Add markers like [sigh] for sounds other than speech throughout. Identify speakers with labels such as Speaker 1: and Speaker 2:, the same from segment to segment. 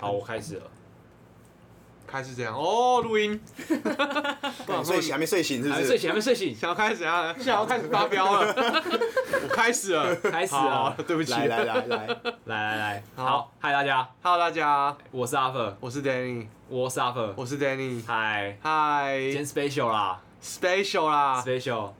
Speaker 1: 好，我开始了。
Speaker 2: 开始这样哦，录音，
Speaker 3: 你睡醒还没睡醒是不
Speaker 1: 还没睡
Speaker 3: 是？
Speaker 1: 醒，还没睡醒，
Speaker 2: 想要开始啊，想要开始发飙了， [laughs] 我开始了，
Speaker 1: 开始啊了
Speaker 2: 好。对不起，
Speaker 3: 来来来来，
Speaker 1: 来来来，
Speaker 2: 好
Speaker 1: 好，嗨大家，
Speaker 2: ，Hello 大家，
Speaker 1: 我是阿粉，
Speaker 2: 我是 Danny，
Speaker 1: 我是阿粉，
Speaker 2: 我是 Danny，
Speaker 1: 嗨，今
Speaker 2: 嗨
Speaker 1: 天 special 啦
Speaker 2: ，Special
Speaker 1: 啊
Speaker 2: 啦，
Speaker 1: ，special。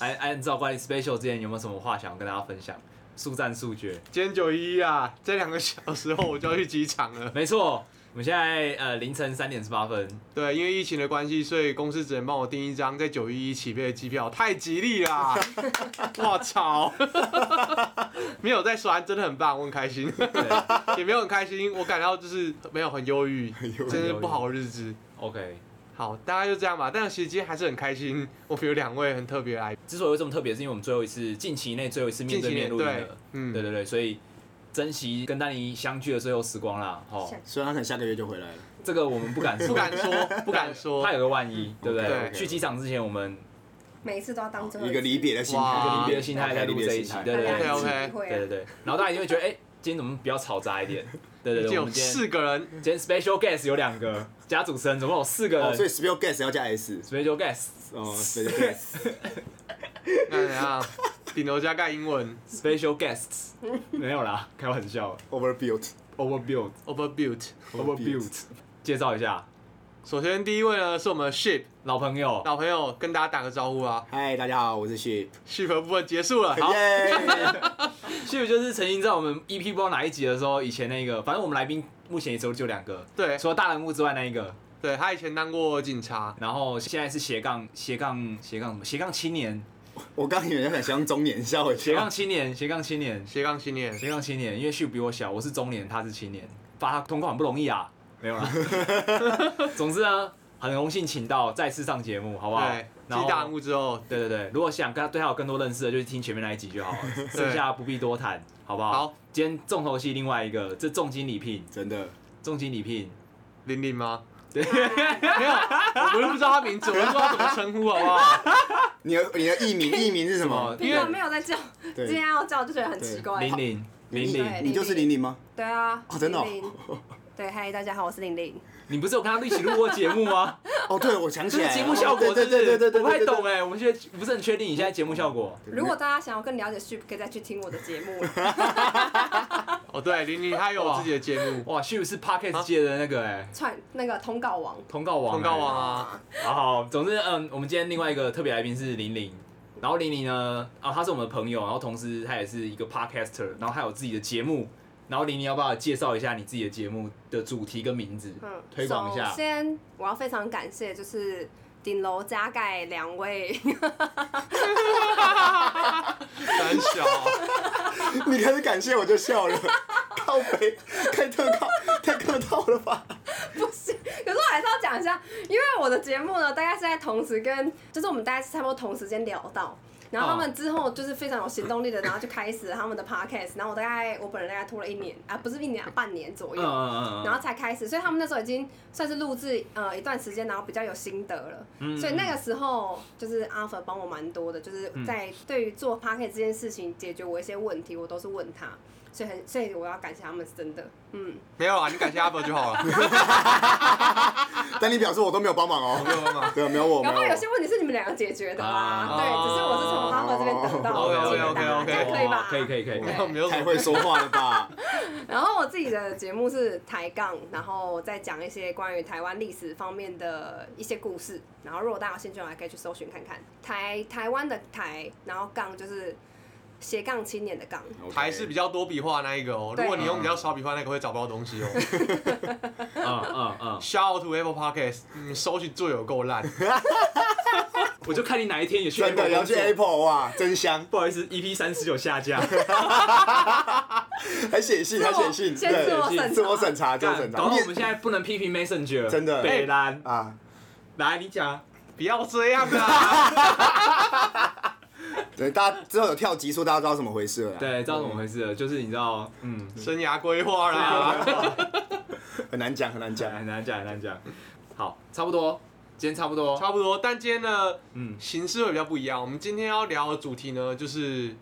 Speaker 1: 哎哎，按照关于 special 之前有没有什么话想要跟大家分享？速战速决，
Speaker 2: 今天九一一啊，这两个小时后我就要去机场了，
Speaker 1: 没错，我们现在呃凌晨三点十八分，
Speaker 2: 对，因为疫情的关系，所以公司只能帮我订一张在九一一起飞的机票，太吉利啦！我操，没有在酸，真的很棒，我很开
Speaker 1: [laughs]
Speaker 2: 心，
Speaker 1: 对
Speaker 2: 也没有很开心，我感到就是没有很忧郁，
Speaker 3: 忧郁
Speaker 2: 真是不好的日子。
Speaker 1: ，OK。
Speaker 2: 好，大概就这样吧。但其实今天还是很开心，我们有两位很特别的来宾，
Speaker 1: 之所以会这么特别，是因为我们最后一次近期内最后一次面对面录音
Speaker 2: 近期内对
Speaker 1: 了，
Speaker 2: 嗯
Speaker 1: 对对对，所以珍惜跟丹尼相聚的最后时光啦，好，
Speaker 4: 下
Speaker 3: 所以他可能下个月就回来了。
Speaker 1: 这个我们 [laughs] 不敢说，
Speaker 2: 不敢说，不敢
Speaker 1: [laughs]
Speaker 2: 说
Speaker 1: 怕。有个万一，
Speaker 2: 嗯
Speaker 1: 对不对？
Speaker 2: 对
Speaker 1: 去机场之前，我们
Speaker 4: 每一次都要当最后
Speaker 3: 哦一个离别的心态，
Speaker 2: 哇一个离别
Speaker 1: 的心态在录这一集对
Speaker 4: 大
Speaker 1: 对对
Speaker 4: 家一
Speaker 2: OK，OK
Speaker 4: 起体会啊
Speaker 1: 对对对，然后大家一定会觉得，哎，今天怎么比较嘈杂一
Speaker 2: [laughs]
Speaker 1: 点？对对
Speaker 2: 已经
Speaker 1: 对，我
Speaker 2: 有
Speaker 1: 们今天
Speaker 2: 四个人，
Speaker 1: 今天 special guest 有两个，加主持人总共有四个
Speaker 3: 哦，所
Speaker 1: 人
Speaker 3: 以 spell guess 要加 s，
Speaker 1: ，special guest，special
Speaker 3: 哦，spell guess，
Speaker 2: 那怎样？哎顶楼加盖英文
Speaker 1: guests，没 [laughs] 有啦，开玩笑
Speaker 3: overbuilt，
Speaker 1: ，overbuilt，overbuilt，
Speaker 2: overbuilt。
Speaker 1: 介绍一下
Speaker 2: 首先第一位呢是我们 Ship
Speaker 1: 老朋友，
Speaker 2: 老朋友，跟大家打个招呼啊。
Speaker 3: 嗨，大家好，我是 Sheep，
Speaker 2: Ship 的部分结束了，好，
Speaker 3: 耶，
Speaker 1: 其实就是曾经在我们 EP 不知道哪一集的时候，以前那个，反正我们来宾目前也只有就两个，
Speaker 2: 对
Speaker 1: 除了大人物之外那一个，
Speaker 2: 对，他以前当过警察，
Speaker 1: 然后现在是斜杠斜杠斜杠什么斜杠青年，
Speaker 2: 哦
Speaker 3: 我刚以为很像中年，吓我一
Speaker 1: 斜杠
Speaker 3: 跳。
Speaker 1: 青年斜杠青年
Speaker 2: 斜杠青年。
Speaker 1: 斜杠青年，因为秀比我小，我是中年，他是青年，把他通过很不容易啊，没有啦。 [laughs] 总之呢，很荣幸请到再次上节目，好不好
Speaker 2: 对，？
Speaker 1: 然
Speaker 2: 继大人
Speaker 1: 后
Speaker 2: 物之后，
Speaker 1: 对对对，如果想跟他对他有更多认识的，就去听前面那一集就
Speaker 3: [laughs]
Speaker 1: 好了，剩下不必多谈，好不好？
Speaker 2: 好，
Speaker 1: 今天重头戏另外一个，这重金礼聘，
Speaker 3: 真的，
Speaker 1: 重金礼聘。
Speaker 2: 玲玲吗？
Speaker 1: 对，
Speaker 2: [laughs] 没有，我不是不知道他名字，我是不知道怎么称呼，好不好？
Speaker 3: 你的你的
Speaker 1: [laughs]
Speaker 3: 艺名艺名是什么？
Speaker 4: 平常没有在叫，今天
Speaker 3: 对，
Speaker 4: 要叫就觉得很奇怪。
Speaker 1: 哦玲玲，玲玲，
Speaker 4: 对
Speaker 3: 你就是玲玲吗？
Speaker 4: 对啊，
Speaker 3: 哦，真的
Speaker 4: 玲玲
Speaker 3: 哦，
Speaker 4: 对，嗨，大家好，我是玲玲。
Speaker 1: 你不是有跟他一起录过节目
Speaker 3: [laughs]
Speaker 1: 吗？
Speaker 3: 哦，对，我想起
Speaker 1: 这
Speaker 3: 来
Speaker 1: 是
Speaker 3: 了，哦
Speaker 1: 节目效果，
Speaker 3: 对对
Speaker 1: 是不是
Speaker 3: 对对对，
Speaker 1: 我不太懂哎，我们现在不是很确定你现在节目效果。
Speaker 4: 如果大家想要更了解 Sheep，可以再去听我的节目。
Speaker 2: 哦，对，玲玲她有自己的节目，
Speaker 1: 哇，是不是
Speaker 3: 啊
Speaker 1: Pocket 界的那个哎，
Speaker 4: 串那个通告王，
Speaker 1: 通告王，欸
Speaker 2: 通告王。啊，
Speaker 1: 好好，总之嗯，我们今天另外一个特别来宾是玲玲。然后玲玲呢，啊，她是我们的朋友，然后同时她也是一个 podcaster，然后她有自己的节目。然后玲玲要不要介绍一下你自己的节目的主题跟名字，
Speaker 4: 嗯，
Speaker 1: 推广一下
Speaker 4: 首？先，我要非常感谢就是顶楼加盖两位，
Speaker 2: 胆小，
Speaker 3: 你开始感谢我就笑了， [laughs] 靠背太特靠太客套了吧？
Speaker 4: [laughs] 不是，可是我还是要讲一下，因为我的节目呢，大概是在同时跟，就是我们大概是差不多同时间聊到，然后他们之后就是非常有行动力的，然后就开始了他们的 podcast，然后我大概我本人大概拖了一年啊，不是一年、啊，半年左
Speaker 1: 嗯
Speaker 4: 右。
Speaker 1: 嗯嗯
Speaker 4: 然
Speaker 1: 嗯
Speaker 4: 后才开始，所以他们那时候已经算是录制呃一段时间，然后比较有心得了。
Speaker 1: 嗯，
Speaker 4: 所以那个时候就是阿粉帮我蛮多的，就是
Speaker 1: 嗯
Speaker 4: 在对于做 p a r k e t 这件事情解决我一些问题，我都是问他，所以很所以我要感谢他们是真的，嗯，
Speaker 2: 没有啊，你感谢阿伯就好了，
Speaker 3: [laughs] 但你表示我都没有帮忙
Speaker 2: 没
Speaker 3: 哦，
Speaker 2: 有吗？
Speaker 3: [laughs] 对，没有我，没
Speaker 4: 然后
Speaker 3: 有
Speaker 4: 有
Speaker 3: 我
Speaker 4: 些问题是你们两个解决的
Speaker 1: 啊
Speaker 4: 啦，对，只是我是从哈佛这边得到的解答，
Speaker 2: OK，OK，OK，OK
Speaker 4: 这样可以吧？
Speaker 1: 可以可以可以。
Speaker 2: 没 [laughs] 有，没有什
Speaker 3: 太
Speaker 2: 么
Speaker 3: 会说话了吧？
Speaker 4: 然后我自己的节目是抬杠，然后再讲一些关于台湾历史方面的一些故事。然后如果大家有兴趣的话，可以去搜寻看看台台湾的台，然后杠就是斜杠青年的杠。
Speaker 2: 台是比较多笔画那一个哦，如果
Speaker 4: 对
Speaker 2: 你用比较少笔画那个会找不到东西哦。
Speaker 1: 嗯嗯嗯，
Speaker 2: Shout out to Apple Podcast，嗯，搜寻做有够烂，
Speaker 1: 我就看你哪一天也去
Speaker 3: 真
Speaker 1: Apple
Speaker 3: 的要去
Speaker 1: 工作
Speaker 3: Apple 哇，真香！ [laughs]
Speaker 1: 不好意思，EP 三十九下架，
Speaker 3: 还写信，还写信，
Speaker 4: 先自我审查
Speaker 3: 对自我
Speaker 1: 干
Speaker 3: 审查，自我审查，
Speaker 1: 搞到我们现在不能批评 Messenger，
Speaker 3: 真的
Speaker 1: 北兰，
Speaker 3: 啊，
Speaker 1: 来你讲，
Speaker 2: 不要这样啊！
Speaker 3: 对，大家之后有跳级数，大家知道怎么回事了啦，
Speaker 1: 对，知道怎么回事了，就是你知道，嗯，
Speaker 2: 生涯规划
Speaker 3: 啊
Speaker 2: 啦，
Speaker 3: [laughs] 很难讲，很难讲。
Speaker 1: 很难讲，很难讲，好，差不多，今天差不多，
Speaker 2: 差不多。但今天呢，
Speaker 1: 嗯，
Speaker 2: 形式会比较不一样。我们今天要聊的主题呢，就是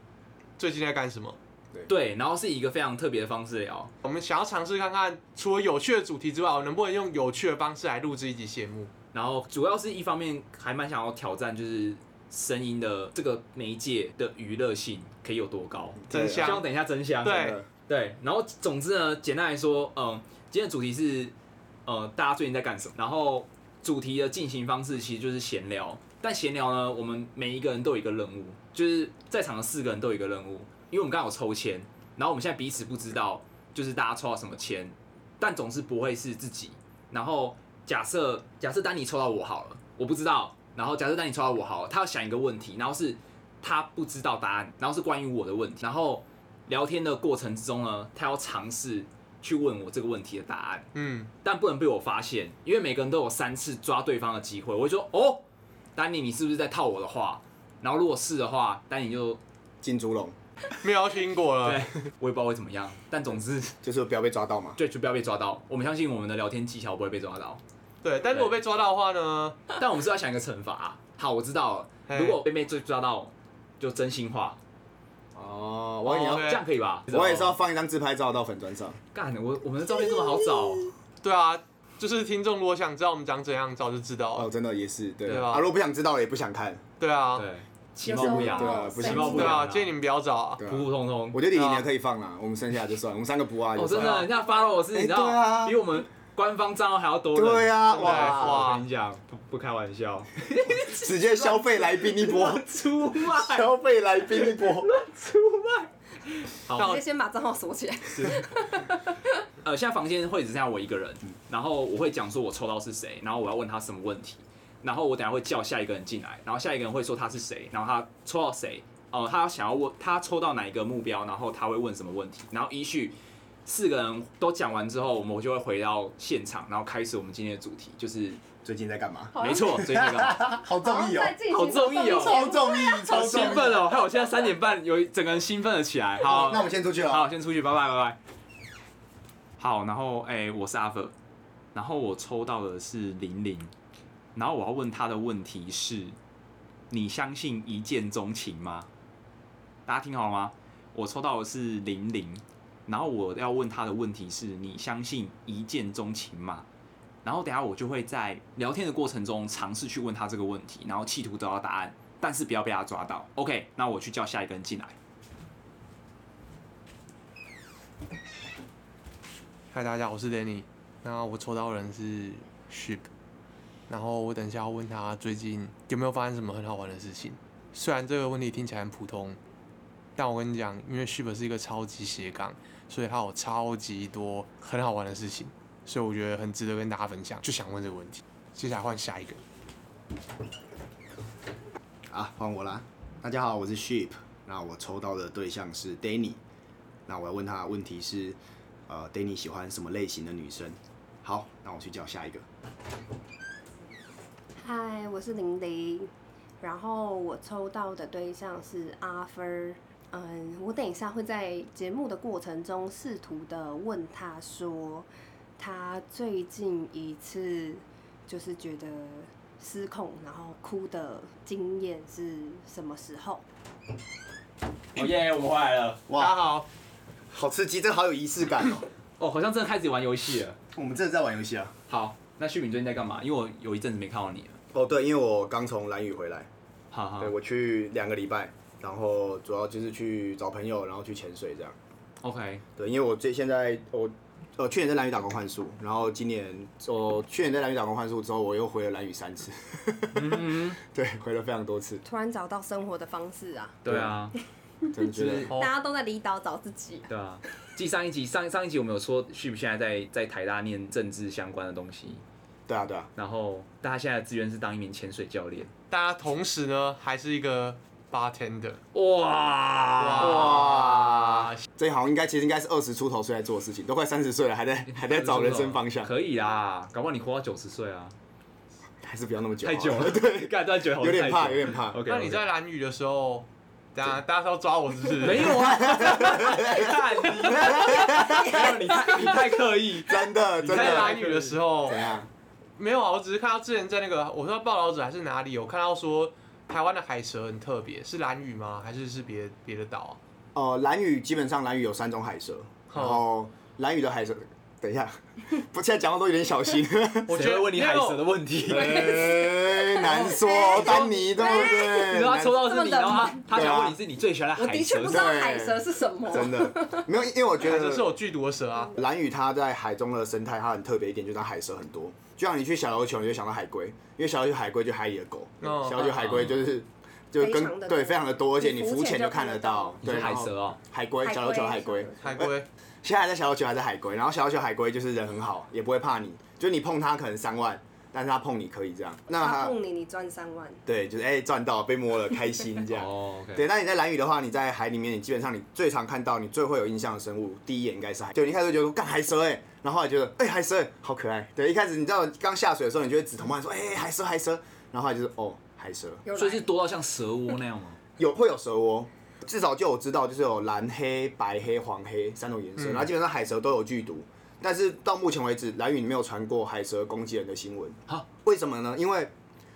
Speaker 2: 最近在干什么？
Speaker 3: 对，
Speaker 1: 对，然后是以一个非常特别的方式聊，
Speaker 2: 我们想要尝试看看，除了有趣的主题之外，我能不能用有趣的方式来录制一集节目？
Speaker 1: 然后主要是一方面还蛮想要挑战，就是声音的这个媒介的娱乐性可以有多高。
Speaker 3: 对啊
Speaker 2: 真
Speaker 1: 希望
Speaker 2: 香，
Speaker 1: 等一下真香。
Speaker 2: 对
Speaker 3: 真的
Speaker 1: 对，然后总之呢，简单来说，嗯，今天的主题是，呃，大家最近在干什么？然后主题的进行方式其实就是闲聊，但闲聊呢，我们每一个人都有一个任务，就是在场的四个人都有一个任务，因为我们刚好有抽签，然后我们现在彼此不知道就是大家抽到什么签，但总是不会是自己。然后假设假设丹尼抽到我好了，我不知道，然后假设丹尼抽到我好了，他要想一个问题，然后是他不知道答案，然后是关于我的问题，然后。聊天的过程之中呢，他要尝试去问我这个问题的答案，
Speaker 2: 嗯，
Speaker 1: 但不能被我发现，因为每个人都有三次抓对方的机会。我会说：“哦，丹尼，你是不是在套我的话？”然后如果是的话，丹尼就
Speaker 3: 进猪笼
Speaker 2: 没有要去英国
Speaker 1: 对
Speaker 2: 了，
Speaker 1: 我也不知道会怎么样，但总之
Speaker 3: 就是不要被抓到嘛。
Speaker 1: 就就不要被抓到。我们相信我们的聊天技巧不会被抓到，
Speaker 2: 对。但如果被抓到的话呢？
Speaker 1: 但我们是要想一个惩罚、好，我知道了，
Speaker 2: 嘿
Speaker 1: 如果被被抓到，就真心话，
Speaker 3: 哦，我以为你
Speaker 2: [laughs]
Speaker 3: 要，
Speaker 2: 对啊
Speaker 1: 这样可以吧？
Speaker 3: 我也是要放一张自拍照到粉砖上。
Speaker 1: 干我我们的照片这么好找，
Speaker 2: 对啊，就是听众如果想知道我们长怎样，早就知道
Speaker 3: 哦，
Speaker 2: 了。
Speaker 3: 真的也是对
Speaker 2: 对啊
Speaker 3: 啊，如果不想知道也不想看。
Speaker 2: 对啊，
Speaker 3: [laughs]
Speaker 1: 对，其貌不扬
Speaker 3: 对啊，不
Speaker 1: 其
Speaker 3: 想
Speaker 1: 貌不
Speaker 2: 对
Speaker 1: 扬
Speaker 2: 啊，
Speaker 1: 啊，
Speaker 2: 建议你们不要找啊。
Speaker 3: 对啊
Speaker 1: 普普通通。
Speaker 3: 我觉得李宁的可以放啦，我们剩下就算，我们三个不啊，
Speaker 1: 哦，
Speaker 3: 就
Speaker 1: 真
Speaker 3: 算
Speaker 1: 的，人家 follow 是，你知
Speaker 3: 哎对啊
Speaker 1: 道，比我们官方账号还要多人。
Speaker 3: 对啊，
Speaker 2: 真的
Speaker 3: 哇，
Speaker 2: 哇
Speaker 1: 我跟你讲，不不开玩笑，
Speaker 3: 直接消费来宾一波
Speaker 1: [laughs] 我，出卖，
Speaker 3: 消费来宾一波，
Speaker 1: 出卖。
Speaker 2: 那
Speaker 3: [laughs]
Speaker 1: 好
Speaker 4: 直接，先把账号锁起来。
Speaker 1: 呃，现在房间会只剩下我一个人，然后我会讲说我抽到是谁，然后我要问他什么问题，然后我等下会叫下一个人进来，然后下一个人会说他是谁，然后他抽到谁，哦，他想要问他抽到哪一个目标，然后他会问什么问题，然后依序四个人都讲完之后，我们就会回到现场，然后开始我们今天的主题，就是
Speaker 3: 最近在干嘛？
Speaker 1: 没错，最近那个。
Speaker 3: 好
Speaker 4: 好像
Speaker 3: 中意哦
Speaker 4: 在，进行
Speaker 1: 好综艺哦
Speaker 4: 节
Speaker 3: 超
Speaker 4: 目
Speaker 3: 中意，
Speaker 1: 好
Speaker 3: 超中
Speaker 1: 兴
Speaker 3: 意。
Speaker 1: 奋哦！害我现在三点半有一整个人兴奋了起来。好，
Speaker 3: 那我们先出去
Speaker 1: 好，
Speaker 3: 了。
Speaker 1: 先出去，拜拜拜拜。好，然后哎、我是阿 l 然后我抽到的是玲玲，然后我要问她的问题是：你相信一见钟情吗？大家听好了吗？我抽到的是玲玲，然后我要问她的问题是：你相信一见钟情吗？然后等一下我就会在聊天的过程中尝试去问她这个问题，然后企图得到答案，但是不要被她抓到。OK，那我去叫下一个人进来。
Speaker 2: 嗨，大家，我是 Danny。那我抽到的人是 Ship，然后我等一下要问他最近有没有发生什么很好玩的事情。虽然这个问题听起来很普通，但我跟你讲，因为 Ship 是一个超级斜杠，所以他有超级多很好玩的事情，所以我觉得很值得跟大家分享，就想问这个问题。接下来换下一个，
Speaker 3: 啊，换我啦！大家好，我是 Sheep。那我抽到的对象是 Danny。那我要问他的问题是，呃，Danny 喜欢什么类型的女生？好，那我去叫下一个。
Speaker 4: 嗨，我是玲玲，然后我抽到的对象是阿芬儿。嗯，我等一下会在节目的过程中试图的问他说，他最近一次就是觉得失控，然后哭的经验是什么时候？
Speaker 1: 哦耶，我们回来了。
Speaker 2: 大家
Speaker 3: 哇，
Speaker 2: 好，
Speaker 3: 好刺激，这好有仪式感 [laughs] 哦！
Speaker 1: 哦，好像真的开始玩游戏了。
Speaker 3: 我们真的在玩游戏啊？
Speaker 1: 好，那旭敏最近在干嘛？因为我有一阵子没看到你了。
Speaker 3: 哦，对，因为我刚从蓝屿回来，
Speaker 1: 好好
Speaker 3: 对我去两个礼拜，然后主要就是去找朋友，然后去潜水这样。
Speaker 1: ，OK，
Speaker 3: 对，因为我最现在我呃去年在蓝屿打工换宿，然后今年我去年在蓝屿打工换宿之后，我又回了蓝屿三次， [laughs] 对，回了非常多次，
Speaker 4: 突然找到生活的方式啊！
Speaker 1: [laughs] 对啊，
Speaker 3: 真的觉
Speaker 1: 就是
Speaker 3: 得
Speaker 2: 哦
Speaker 4: 大家都在离岛找自己、
Speaker 1: 对啊。继上一集，上上一集我们有说旭敏现在在在台大念政治相关的东西，
Speaker 3: 对啊对啊，
Speaker 1: 然后但他现在的志愿是当一名潜水教练。
Speaker 2: 大家同时呢还是一个 bartender，
Speaker 1: 哇
Speaker 3: 哇，这好像应该其实应该是二十出头岁在做的事情，都快三十岁了，
Speaker 1: [laughs]
Speaker 3: 还在还在找人生方向，
Speaker 1: 可以啦，搞不好你活到九十岁啊，
Speaker 3: 还是不要那么久，，
Speaker 1: 太久了，
Speaker 3: [laughs] 对，
Speaker 1: 干断久，
Speaker 3: 啊有点怕，有点怕。
Speaker 1: OK，
Speaker 2: 那你在蓝雨的时候，大家大家是要抓我是不是？
Speaker 1: 没有啊？ [laughs] 干你，没有你太，你太刻意。
Speaker 3: 真的，
Speaker 1: [laughs] 你
Speaker 3: 真
Speaker 1: 来
Speaker 2: 在蓝
Speaker 3: 的，
Speaker 2: 雨的时候
Speaker 3: 怎，样？
Speaker 2: 没有啊，我只是看到之前在那个，我说报道者还是哪里，有看到说台湾的海蛇很特别，是蓝屿吗？还是是别别的岛啊？
Speaker 3: 呃，蓝屿基本上蓝屿有三种海蛇，
Speaker 2: 好
Speaker 3: 然后蓝屿的海蛇，等一下，不，现在讲话都有点小
Speaker 1: [laughs]
Speaker 3: 心， [laughs]
Speaker 2: 我觉
Speaker 1: 谁会
Speaker 2: 得
Speaker 1: 问你海蛇的
Speaker 2: 的，
Speaker 1: 问题。
Speaker 3: 哎难说，丹尼对不对？
Speaker 1: [laughs] 你说他抽到是你，
Speaker 4: 这么冷
Speaker 1: 然后他他
Speaker 3: 对啊
Speaker 1: 想问你是你最喜欢的
Speaker 4: 我
Speaker 1: 海
Speaker 4: 的确
Speaker 1: 蛇
Speaker 4: 不
Speaker 1: 是
Speaker 4: 知
Speaker 1: 什么，
Speaker 4: 道
Speaker 3: 对
Speaker 4: 海蛇是什么，
Speaker 3: [laughs] 真的没有，因为我觉
Speaker 2: 海
Speaker 3: 得
Speaker 2: 蛇是有剧毒的蛇啊，
Speaker 3: 蓝屿它在海中的生态，它很特别一点，就是它海蛇很多。就像你去小琉球，你就想到海龟，因为小琉球海龟就海里的狗，
Speaker 2: 哦
Speaker 3: 小琉球海龟就是就
Speaker 4: 非常
Speaker 3: 跟
Speaker 4: 的
Speaker 3: 对
Speaker 4: 多
Speaker 3: 非常的多，而且
Speaker 4: 你
Speaker 3: 你
Speaker 4: 浮
Speaker 3: 浮
Speaker 4: 潜
Speaker 3: 潜
Speaker 4: 就
Speaker 3: 就看
Speaker 4: 看得
Speaker 3: 得
Speaker 4: 到
Speaker 3: 到。
Speaker 1: 你
Speaker 3: 对，
Speaker 1: 是海
Speaker 3: 然后
Speaker 1: 蛇哦，
Speaker 3: 海龟，
Speaker 4: 海
Speaker 3: 小琉球
Speaker 4: 龟
Speaker 3: 海龟
Speaker 4: 小琉，
Speaker 2: 海龟
Speaker 3: 现在还在小琉球还在海龟，然后小琉球海龟就是人很好，也不会怕你，就是你碰它可能三万，但是它碰你可以这样。那
Speaker 4: 他
Speaker 3: 它
Speaker 4: 碰你，你赚三万。
Speaker 3: 对，就是哎赚到被摸了开心这样。
Speaker 1: 哦，OK，
Speaker 3: 对，那你在蓝屿的话，你在海里面，你基本上你最常看到、你最会有印象的生物，第一眼应该是海。对，你一开始就觉得说干海蛇哎、欸，然后后来觉得哎、欸海蛇、欸、好可爱。对，一开始你知道刚下水的时候，你就会指头骂说哎、欸海蛇海蛇，然后后来就是哦海蛇，
Speaker 4: 有
Speaker 1: 所以
Speaker 4: 来
Speaker 1: 是多到像蛇窝那样 [laughs] 吗？
Speaker 3: 有会有蛇窝，至少就我知道就是有蓝黑、白黑、黄黑三种颜色，
Speaker 2: 嗯
Speaker 3: 然后基本上海蛇都有剧毒，但是到目前为止，蓝屿没有传过海蛇攻击人的新闻。
Speaker 1: 啊，
Speaker 3: 为什么呢？因为